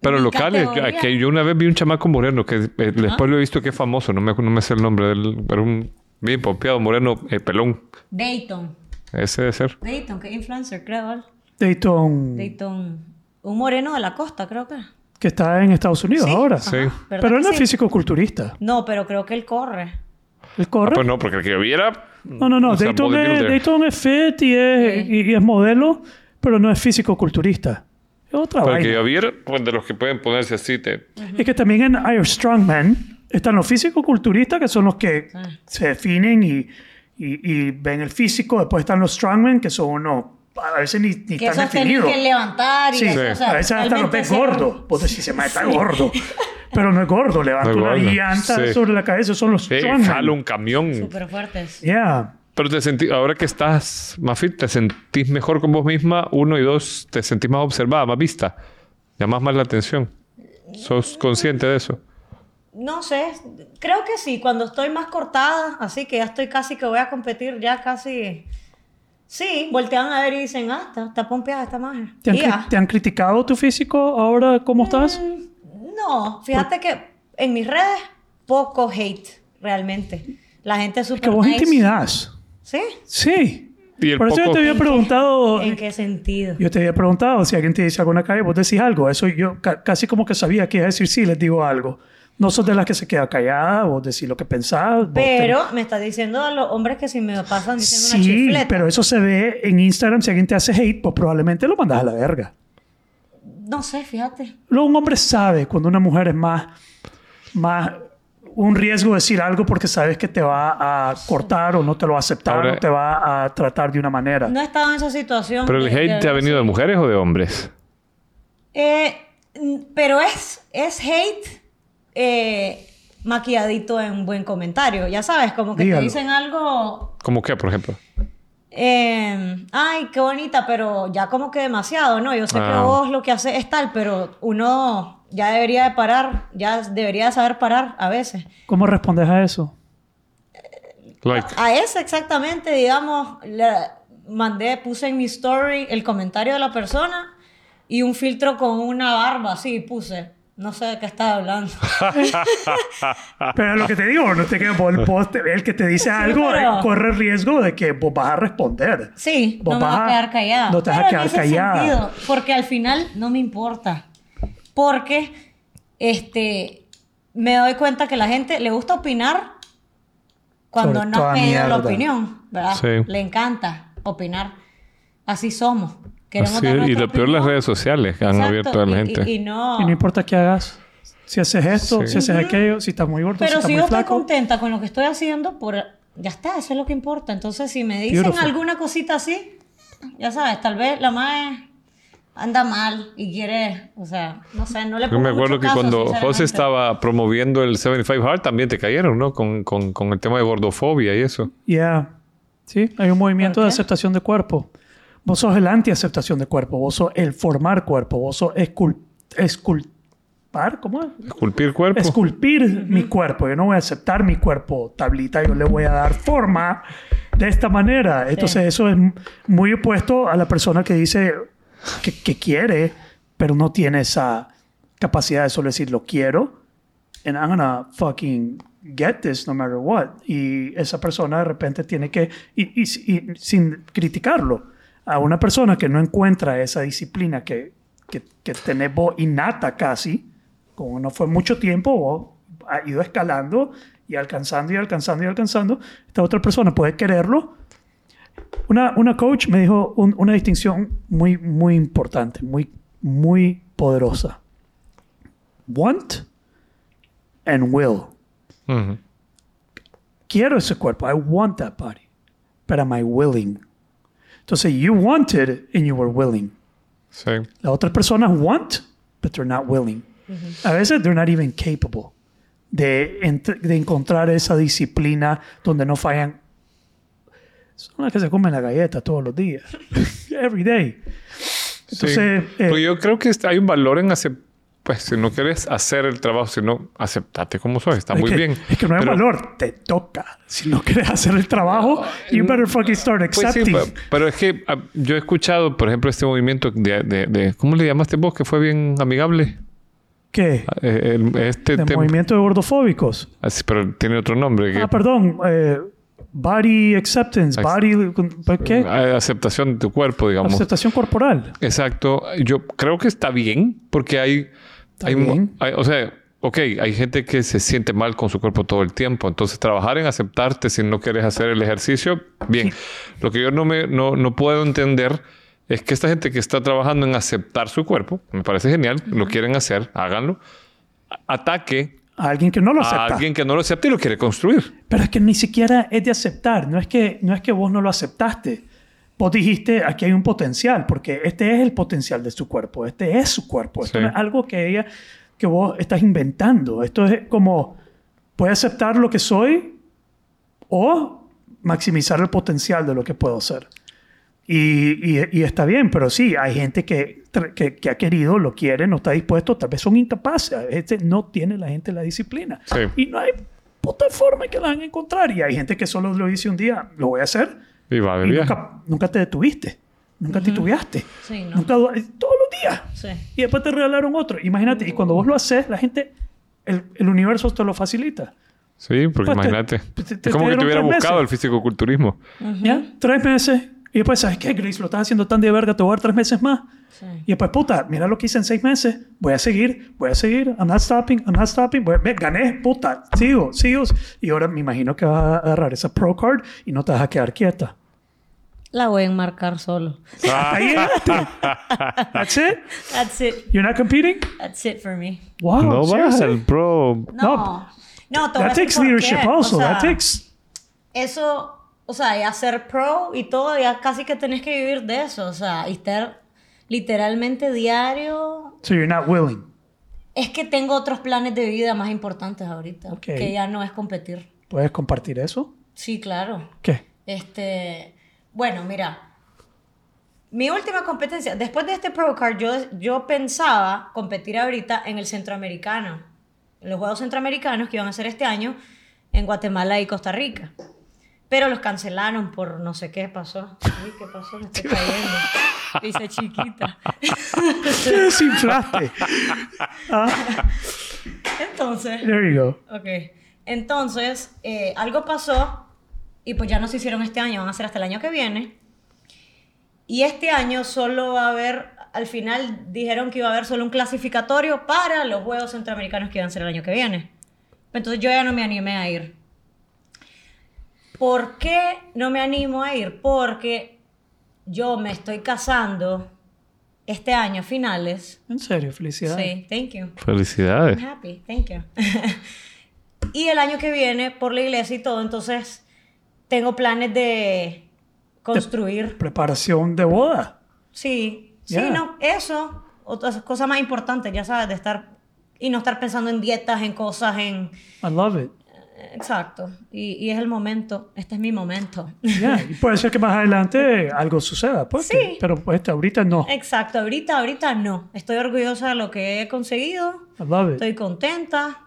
Speaker 3: Pero
Speaker 1: Mi
Speaker 3: locales,
Speaker 1: categoría.
Speaker 3: que yo una vez vi un chamaco moreno que eh, después lo he visto que es famoso, no me, no me sé el nombre, de él, pero un bien pompeado moreno, eh, pelón,
Speaker 1: Dayton.
Speaker 3: ese debe ser.
Speaker 1: Dayton, que influencer, creo. ¿vale?
Speaker 2: Dayton,
Speaker 1: Dayton. Un moreno de la costa, creo que.
Speaker 2: que está en Estados Unidos
Speaker 1: Sí,
Speaker 2: ahora.
Speaker 3: Sí.
Speaker 1: Ajá, ¿verdad
Speaker 2: Pero
Speaker 1: que
Speaker 2: él no es
Speaker 1: sí?
Speaker 2: físico-culturista.
Speaker 1: No, pero creo que él corre.
Speaker 2: Él
Speaker 3: Ah,
Speaker 2: corre.
Speaker 3: pues no, porque el que yo vi era
Speaker 2: No, no, no.
Speaker 3: O sea,
Speaker 2: Dayton, es,
Speaker 3: bodybuilder.
Speaker 2: Dayton es fit y es,
Speaker 1: Sí.
Speaker 2: y- y es modelo, pero no es físico-culturista. Es otra
Speaker 3: Para
Speaker 2: vaina.
Speaker 3: que yo viera, pues, de los que pueden ponerse así, te...
Speaker 2: Es que también en Iron Strongman están los físico-culturistas, que son los que
Speaker 1: Ah.
Speaker 2: se definen y, y- y ven el físico. Después están los strongman, que son unos... A veces ni, ni
Speaker 1: Que
Speaker 2: tan
Speaker 1: esos tenés
Speaker 2: definidos.
Speaker 1: que levantar y
Speaker 2: Sí,
Speaker 1: eso, o sea,
Speaker 2: a veces hasta los
Speaker 1: realmente
Speaker 2: ves
Speaker 1: sí.
Speaker 2: gordos. Vos decís, se está gordo. Pero no es gordo. Levanta
Speaker 3: No es
Speaker 2: una
Speaker 3: gordo.
Speaker 2: llanta
Speaker 3: Sí.
Speaker 2: sobre la cabeza. Son los
Speaker 3: eh,
Speaker 2: strongman.
Speaker 3: jalo un camión.
Speaker 1: Súper fuertes.
Speaker 2: Yeah.
Speaker 3: Pero te sentí, ahora que estás más fit, te sentís mejor con vos misma, uno y dos, te sentís más observada, más vista, llamás más la atención. ¿Sos consciente de eso?
Speaker 1: No sé, creo que sí, cuando estoy más cortada, así que ya estoy casi que voy a competir, ya casi. Sí, voltean a ver y dicen, ah, está, está pompeada esta magia.
Speaker 2: ¿Te han, cri- te han criticado tu físico ahora? ¿Cómo estás?
Speaker 1: Mm, No, fíjate que en mis redes poco hate realmente. La gente es súper
Speaker 2: Que vos
Speaker 1: nice.
Speaker 2: intimidás.
Speaker 1: ¿Sí?
Speaker 2: Sí.
Speaker 3: Y el
Speaker 2: Por eso yo
Speaker 3: poco-
Speaker 2: te había preguntado.
Speaker 1: ¿En qué sentido?
Speaker 2: Oh, eh, Yo te había preguntado si alguien te dice algo en la calle, vos decís algo. Eso yo ca- casi como que sabía que iba a decir sí, les digo algo. No sos de las que se queda callada, vos decís lo que pensás. vos
Speaker 1: Pero me estás diciendo a los hombres que si me pasan
Speaker 2: te-
Speaker 1: diciendo una
Speaker 2: Sí,
Speaker 1: chifleta.
Speaker 2: pero eso se ve en Instagram. Si alguien te hace hate, pues probablemente lo mandas a la verga.
Speaker 1: No sé, fíjate.
Speaker 2: Luego un hombre sabe cuando una mujer es más, más un riesgo decir algo porque sabes que te va a cortar o no te lo va a aceptar
Speaker 3: Ahora-
Speaker 2: o te va a tratar de una manera.
Speaker 1: No he estado en esa situación.
Speaker 3: Pero el
Speaker 1: de-
Speaker 3: hate
Speaker 1: de-
Speaker 3: ha venido de mujeres o de hombres?
Speaker 1: Eh, n- pero es, es hate eh, maquilladito en buen comentario. Ya sabes, como que
Speaker 2: Dígalo.
Speaker 1: te dicen algo.
Speaker 3: ¿Cómo qué, por ejemplo?
Speaker 1: eh, Ay, qué bonita, pero ya como que demasiado, ¿no? Yo sé que
Speaker 3: Ah.
Speaker 1: vos lo que haces es tal, pero uno ya debería de parar, ya debería de saber parar a veces.
Speaker 2: ¿Cómo respondes a eso?
Speaker 3: Like.
Speaker 1: A ese exactamente, digamos, le mandé, puse en mi story el comentario de la persona y un filtro con una barba, así puse. No sé de qué estaba hablando.
Speaker 2: Pero es lo que te digo, no te quedes por el post, el que te dice algo
Speaker 1: pero-
Speaker 2: eh, corre riesgo de que vos vas a responder.
Speaker 1: Sí,
Speaker 2: Vos
Speaker 1: no me
Speaker 2: vas
Speaker 1: voy
Speaker 2: a-
Speaker 1: a quedar callada.
Speaker 2: no te vas a
Speaker 1: Pero en
Speaker 2: quedar
Speaker 1: ese
Speaker 2: callada.
Speaker 1: sentido, porque al final no me importa. Porque este, me doy cuenta que la gente le gusta opinar cuando
Speaker 2: Sobre
Speaker 1: no
Speaker 2: toda
Speaker 1: ha pedido la
Speaker 2: mierda.
Speaker 1: opinión, ¿verdad?
Speaker 3: Sí.
Speaker 1: Le encanta opinar. Así somos. Queremos
Speaker 3: Así-
Speaker 1: dar
Speaker 3: y
Speaker 1: nuestra
Speaker 3: lo peor las
Speaker 1: opinión.
Speaker 3: redes sociales que han
Speaker 1: Exacto,
Speaker 3: abierto a la
Speaker 1: y-
Speaker 3: gente.
Speaker 1: Y, y no.
Speaker 2: Y no importa qué hagas. Si haces esto,
Speaker 3: Sí.
Speaker 2: si haces aquello, si estás muy gordo, si
Speaker 1: Pero
Speaker 2: estás
Speaker 1: si yo
Speaker 2: muy
Speaker 1: estoy
Speaker 2: flaco.
Speaker 1: contenta con lo que estoy haciendo, por ya está, eso es lo que importa. Entonces, si me dicen
Speaker 2: Beautiful.
Speaker 1: alguna cosita así, ya sabes, tal vez la madre anda mal y quiere, o sea, no sé, no le
Speaker 3: Yo
Speaker 1: pongo
Speaker 3: me acuerdo
Speaker 1: mucho
Speaker 3: que
Speaker 1: caso,
Speaker 3: cuando José
Speaker 1: sinceramente.
Speaker 3: estaba promoviendo el 75 Hard también te cayeron, ¿no? Con, con- con el tema de gordofobia y eso.
Speaker 2: Yeah. Sí, hay un movimiento
Speaker 1: ¿Por
Speaker 2: de
Speaker 1: qué?
Speaker 2: aceptación de cuerpo. Vos sos el anti-aceptación de cuerpo, vos sos el formar cuerpo, vos sos escul- esculpar, ¿cómo es?
Speaker 3: Esculpir cuerpo.
Speaker 2: Esculpir mi cuerpo. Yo no voy a aceptar mi cuerpo tablita, yo le voy a dar forma de esta manera. Entonces eso es muy opuesto a la persona que dice que, que quiere, pero no tiene esa capacidad de solo decir lo quiero and I'm gonna fucking get this no matter what. Y esa persona de repente tiene que, y, y- y sin criticarlo, a una persona que no encuentra esa disciplina que, que, que tenés vos innata casi, como no fue mucho tiempo, vos ha ido escalando y alcanzando y alcanzando y alcanzando, esta otra persona puede quererlo. Una, una coach me dijo un- una distinción muy, muy importante, muy, muy poderosa. Want and will.
Speaker 3: Ujú.
Speaker 2: Quiero ese cuerpo. I want that body. But am I willing? Entonces, you wanted and you were willing.
Speaker 3: Sí.
Speaker 2: Las otras personas want, but they're not willing. A veces they're not even capable de, ent- de encontrar esa disciplina donde no fallan. Son las que se comen la galleta todos los días. Every day.
Speaker 3: Sí.
Speaker 2: Entonces, eh,
Speaker 3: Pero yo creo que est- hay un valor en hacer, pues si no quieres hacer el trabajo, sino aceptarte como soy, está
Speaker 2: es
Speaker 3: muy
Speaker 2: que-
Speaker 3: bien.
Speaker 2: Es que no hay
Speaker 3: Pero-
Speaker 2: valor. Te toca. Si no quieres hacer el trabajo, you better fucking start
Speaker 3: Pues sí,
Speaker 2: accepting.
Speaker 3: pe- pero es que ah, yo he escuchado, por ejemplo, este movimiento de, de- de- ¿cómo le llamaste vos? Que fue bien amigable.
Speaker 2: ¿Qué?
Speaker 3: Ah, eh, el- este
Speaker 2: de
Speaker 3: tem-
Speaker 2: movimiento de gordofóbicos.
Speaker 3: Ah, sí, pero tiene otro nombre. que-
Speaker 2: Ah, perdón. eh, body acceptance.
Speaker 3: Ac-
Speaker 2: Body... ¿Qué?
Speaker 3: ah, aceptación de tu cuerpo, digamos.
Speaker 2: Aceptación corporal.
Speaker 3: Exacto. Yo creo que está bien porque hay... hay,
Speaker 2: bien.
Speaker 3: hay- o sea, ok, hay gente que se siente mal con su cuerpo todo el tiempo. Entonces, trabajar en aceptarte si no quieres hacer el ejercicio, bien. Lo que yo no, me, no, no puedo entender es que esta gente que está trabajando en aceptar su cuerpo, me parece genial, lo quieren hacer, háganlo, a- ataque
Speaker 2: A alguien que no lo
Speaker 3: a
Speaker 2: acepta.
Speaker 3: Ah, alguien que no lo acepta y lo quiere construir.
Speaker 2: Pero es que ni siquiera es de aceptar. No es, que, no es que vos no lo aceptaste. Vos dijiste, aquí hay un potencial, porque este es el potencial de su cuerpo. Este es su cuerpo. Esto
Speaker 3: Sí.
Speaker 2: no es algo que ella, que vos estás inventando. Esto es como, voy a aceptar lo que soy o maximizar el potencial de lo que puedo ser. Y, y- y está bien, pero sí, hay gente que, tra- que, que ha querido, lo quiere, no está dispuesto, tal vez son incapaces. Este no tiene la gente la disciplina.
Speaker 3: Sí.
Speaker 2: Y no hay puta forma que la van a encontrar. Y hay gente que solo lo dice un día, lo voy a hacer,
Speaker 3: Y va de
Speaker 2: y
Speaker 3: viaje.
Speaker 2: nunca, nunca te detuviste, nunca titubeaste,
Speaker 1: Sí, no.
Speaker 2: nunca, todos los días.
Speaker 1: Sí.
Speaker 2: Y después te regalaron otro. Imagínate, y cuando vos lo haces, la gente, el, el universo te lo facilita.
Speaker 3: Sí, porque
Speaker 2: Pues te-
Speaker 3: imagínate.
Speaker 2: te- te
Speaker 3: es como que
Speaker 2: dieron
Speaker 3: te hubiera
Speaker 2: tres meses.
Speaker 3: buscado el fisicoculturismo.
Speaker 2: ¿Ya? Tres meses. Y después, ¿sabes qué, Grace? Lo estás haciendo tan de verga, te voy a dar tres meses más.
Speaker 1: Sí.
Speaker 2: Y después, puta, mira lo que hice en seis meses. Voy a seguir, voy a seguir. I'm not stopping, I'm not stopping. Voy a- ve, gané, puta. Sigo, sigo. Y ahora me imagino que vas a agarrar esa pro card y no te vas a quedar quieta.
Speaker 1: La voy a enmarcar solo.
Speaker 3: Ah.
Speaker 2: Ahí llegaste. That's it.
Speaker 1: That's it.
Speaker 2: You're not competing.
Speaker 1: That's it for me.
Speaker 2: Wow.
Speaker 3: no vas
Speaker 2: seriously?
Speaker 3: al pro.
Speaker 1: No.
Speaker 2: No.
Speaker 1: No, te voy
Speaker 2: That
Speaker 1: a decir
Speaker 2: takes
Speaker 1: por
Speaker 2: leadership
Speaker 1: qué. O
Speaker 2: also.
Speaker 1: sea,
Speaker 2: that takes.
Speaker 1: eso, o sea, ya ser pro y todo, ya casi que tenés que vivir de eso, o sea, y estar literalmente diario.
Speaker 2: So you're not willing.
Speaker 1: Es que tengo otros planes de vida más importantes ahorita,
Speaker 2: Ok.
Speaker 1: que ya no es competir.
Speaker 2: ¿Puedes compartir eso?
Speaker 1: Sí, claro.
Speaker 2: ¿Qué?
Speaker 1: Este, bueno, mira, mi última competencia, después de este Procar, yo, yo pensaba competir ahorita en el centroamericano, en los Juegos Centroamericanos que iban a hacer este año en Guatemala y Costa Rica. Pero los cancelaron por no sé qué pasó. Uy, ¿qué pasó? Me estoy cayendo. Dice chiquita.
Speaker 2: Te desinflaste.
Speaker 1: Entonces,
Speaker 2: There you go.
Speaker 1: Ok. Entonces, eh, algo pasó y pues ya no se hicieron este año, van a ser hasta el año que viene. Y este año solo va a haber, al final dijeron que iba a haber solo un clasificatorio para los Juegos Centroamericanos que iban a ser el año que viene. Entonces yo ya no me animé a ir. ¿Por qué no me animo a ir? Porque yo me estoy casando este año a finales.
Speaker 2: En serio, felicidades.
Speaker 1: Sí, thank you.
Speaker 3: Felicidades.
Speaker 1: I'm happy, thank you. y el año que viene, por la iglesia y todo, entonces tengo planes de construir.
Speaker 2: Preparación de boda.
Speaker 1: Sí, sí,
Speaker 2: Yeah.
Speaker 1: no, eso, otras cosas más importantes, ya sabes, de estar y no estar pensando en dietas, en cosas, en.
Speaker 2: I love it.
Speaker 1: Exacto, y, y es el momento, este es mi momento.
Speaker 2: Yeah. Y puede ser que más adelante algo suceda, pues.
Speaker 1: Sí.
Speaker 2: que- Pero pues, ahorita no.
Speaker 1: Exacto, ahorita, ahorita no. Estoy orgullosa de lo que he conseguido.
Speaker 2: I love it.
Speaker 1: Estoy contenta.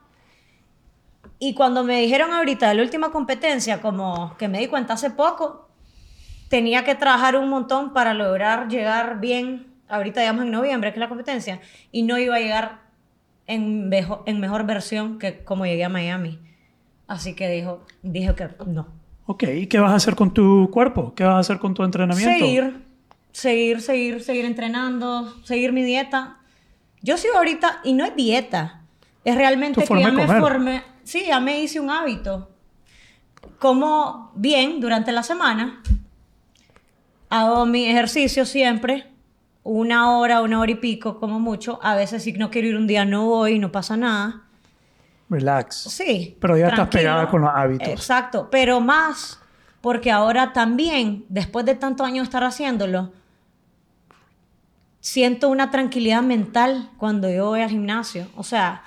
Speaker 1: Y cuando me dijeron ahorita de la última competencia, como que me di cuenta hace poco, tenía que trabajar un montón para lograr llegar bien, ahorita digamos en noviembre, que es la competencia, y no iba a llegar en, mejo- en mejor versión que como llegué a Miami. Así que dijo, dije que no.
Speaker 2: Ok, ¿y qué vas a hacer con tu cuerpo? ¿Qué vas a hacer con tu entrenamiento?
Speaker 1: Seguir, seguir, seguir, seguir entrenando, seguir mi dieta. Yo sigo ahorita, y no es dieta, es realmente
Speaker 2: Tu
Speaker 1: que
Speaker 2: forma
Speaker 1: ya
Speaker 2: de
Speaker 1: me
Speaker 2: comer.
Speaker 1: formé, sí, ya me hice un hábito. Como bien durante la semana, hago mi ejercicio siempre, una hora, una hora y pico, como mucho. A veces si no quiero ir un día, no voy, no pasa nada.
Speaker 2: Relax.
Speaker 1: Sí.
Speaker 2: Pero ya estás
Speaker 1: tranquilo.
Speaker 2: pegada con los hábitos.
Speaker 1: Exacto, pero más porque ahora también, después de tantos años de estar haciéndolo, siento una tranquilidad mental cuando yo voy al gimnasio. O sea,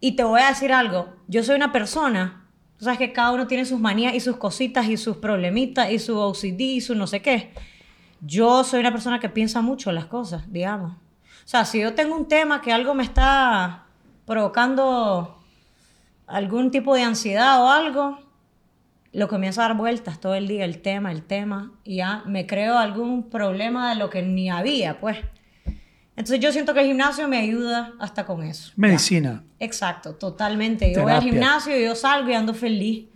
Speaker 1: y te voy a decir algo, yo soy una persona, tú sabes que cada uno tiene sus manías y sus cositas y sus problemitas y su OCD y su no sé qué. Yo soy una persona que piensa mucho las cosas, digamos. O sea, si yo tengo un tema que algo me está provocando algún tipo de ansiedad o algo, lo comienzo a dar vueltas todo el día, el tema, el tema, y ya me creo algún problema de lo que ni había, pues. Entonces yo siento que el gimnasio me ayuda hasta con eso.
Speaker 2: Medicina.
Speaker 1: Exacto, totalmente. Yo voy al
Speaker 2: Terapia.
Speaker 1: gimnasio, yo salgo y ando feliz.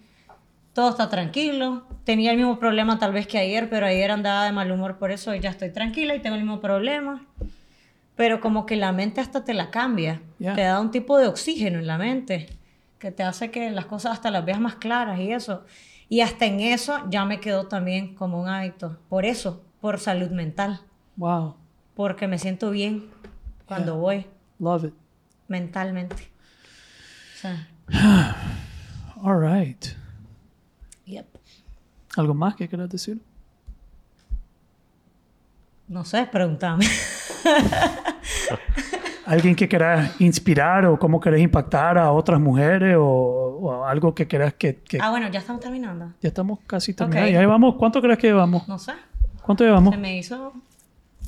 Speaker 1: Todo está tranquilo. Tenía el mismo problema tal vez que ayer, pero ayer andaba de mal humor por eso y ya estoy tranquila y tengo el mismo problema. Pero como que la mente hasta te la cambia.
Speaker 2: Ya.
Speaker 1: Te da un tipo de oxígeno en la mente que te hace que las cosas hasta las veas más claras y eso. Y hasta en eso ya me quedó también como un hábito. Por eso, por salud mental.
Speaker 2: Wow.
Speaker 1: Porque me siento bien cuando voy
Speaker 2: Love it.
Speaker 1: mentalmente. O sea,
Speaker 2: All right.
Speaker 1: yep.
Speaker 2: ¿Algo más que quieras decir?
Speaker 1: No sé, pregúntame.
Speaker 2: ¿Alguien que quieras inspirar o cómo querés impactar a otras mujeres o, o algo que quieras que... que-
Speaker 1: Ah, bueno, ya estamos terminando.
Speaker 2: Ya estamos casi terminados.
Speaker 1: Ok.
Speaker 2: Ya llevamos... ¿Cuánto crees que llevamos?
Speaker 1: No sé.
Speaker 2: ¿Cuánto llevamos?
Speaker 1: Se me hizo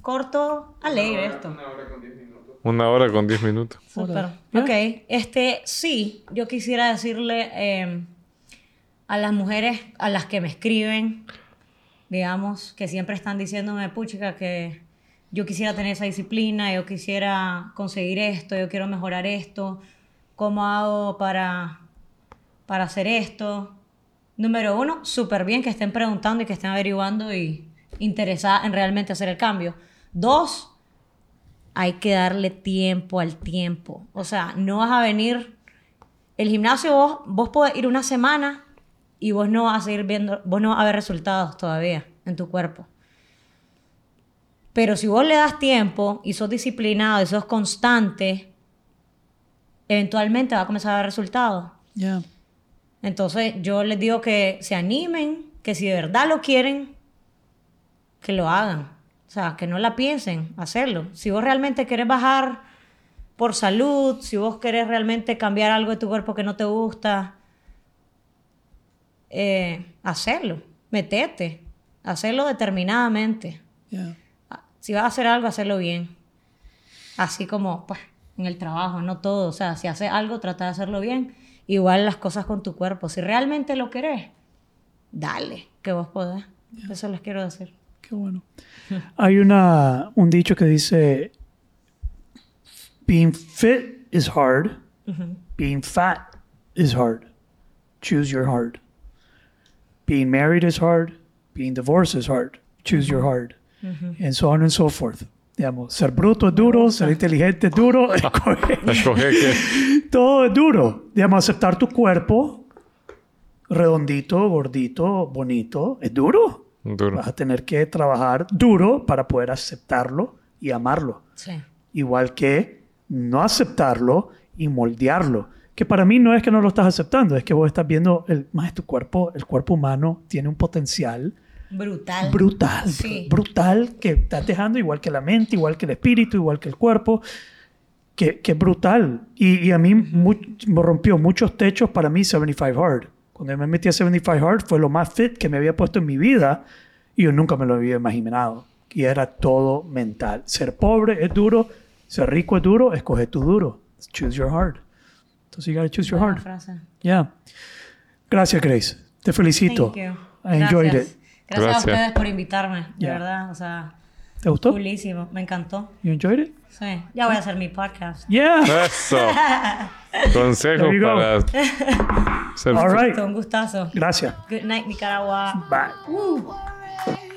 Speaker 1: corto,
Speaker 4: Una
Speaker 1: alegre
Speaker 4: hora-
Speaker 1: esto.
Speaker 4: Una hora con 10 minutos.
Speaker 3: Una hora con 10 minutos.
Speaker 1: Súper.
Speaker 2: Ya.
Speaker 1: Ok. Este, sí, yo quisiera decirle eh, a las mujeres a las que me escriben, digamos, que siempre están diciéndome, puchica, que yo quisiera tener esa disciplina, yo quisiera conseguir esto, yo quiero mejorar esto, ¿cómo hago para, para hacer esto? Número uno, súper bien que estén preguntando y que estén averiguando y interesada en realmente hacer el cambio. Dos, hay que darle tiempo al tiempo. O sea, no vas a venir. El gimnasio vos, vos podés ir una semana y vos no vas a seguir viendo, vos no vas a ver resultados todavía en tu cuerpo. Pero si vos le das tiempo y sos disciplinado y sos constante, eventualmente va a comenzar a dar resultados.
Speaker 5: Ya.
Speaker 1: Entonces yo les digo que se animen, que si de verdad lo quieren, que lo hagan. O sea, que no la piensen, hacerlo. Si vos realmente querés bajar por salud, si vos querés realmente cambiar algo de tu cuerpo que no te gusta, eh, hacerlo, metete, hacerlo determinadamente.
Speaker 5: ya.
Speaker 1: Ah, Si vas a hacer algo, hacerlo bien. Así como pues, en el trabajo, no todo. O sea, si haces algo, trata de hacerlo bien. Igual las cosas con tu cuerpo. Si realmente lo querés, dale, que vos podés. Eso les quiero decir.
Speaker 5: Qué bueno.
Speaker 2: Hay una, un dicho que dice, being fit is hard, being fat is hard. Choose your heart. Being married is hard, being divorced is hard. Choose your heart. And so on and so forth. Digamos, ser bruto es duro, ser inteligente es duro,
Speaker 3: Escoger que...
Speaker 2: todo es duro. Digamos, aceptar tu cuerpo, redondito, gordito, bonito, es duro.
Speaker 3: Duro.
Speaker 2: Vas a tener que trabajar duro para poder aceptarlo y amarlo.
Speaker 1: Sí.
Speaker 2: Igual que no aceptarlo y moldearlo. Que para mí no es que no lo estás aceptando, es que vos estás viendo el, más tu cuerpo, el cuerpo humano tiene un potencial
Speaker 1: Brutal.
Speaker 2: brutal,
Speaker 1: Sí.
Speaker 2: br- brutal que estás dejando igual que la mente, igual que el espíritu, igual que el cuerpo, que, que es brutal. Y, y a mí mu- me rompió muchos techos para mí 75 Hard. Cuando yo me metí a 75 Hard fue lo más fit que me había puesto en mi vida y yo nunca me lo había imaginado. Y era todo mental. Ser pobre es duro, ser rico es duro, escoge tu duro. Choose your heart. Entonces you gotta choose your
Speaker 1: Buena
Speaker 2: heart.
Speaker 1: frase.
Speaker 2: Yeah. Gracias, Grace. Te felicito.
Speaker 1: Thank you.
Speaker 2: I enjoyed
Speaker 1: Gracias.
Speaker 2: it.
Speaker 1: Gracias,
Speaker 3: Gracias.
Speaker 1: a ustedes por invitarme, de
Speaker 2: Yeah.
Speaker 1: verdad. O sea,
Speaker 2: ¿Te gustó?
Speaker 1: coolísimo. Me encantó.
Speaker 2: You enjoyed it?
Speaker 1: Sí. Ya voy a hacer mi podcast.
Speaker 2: Yeah.
Speaker 3: Eso. Consejo
Speaker 2: There you go.
Speaker 3: para ser
Speaker 2: All right.
Speaker 1: Fue un gustazo.
Speaker 2: Gracias.
Speaker 1: Good night, Nicaragua.
Speaker 2: Bye.
Speaker 6: worry.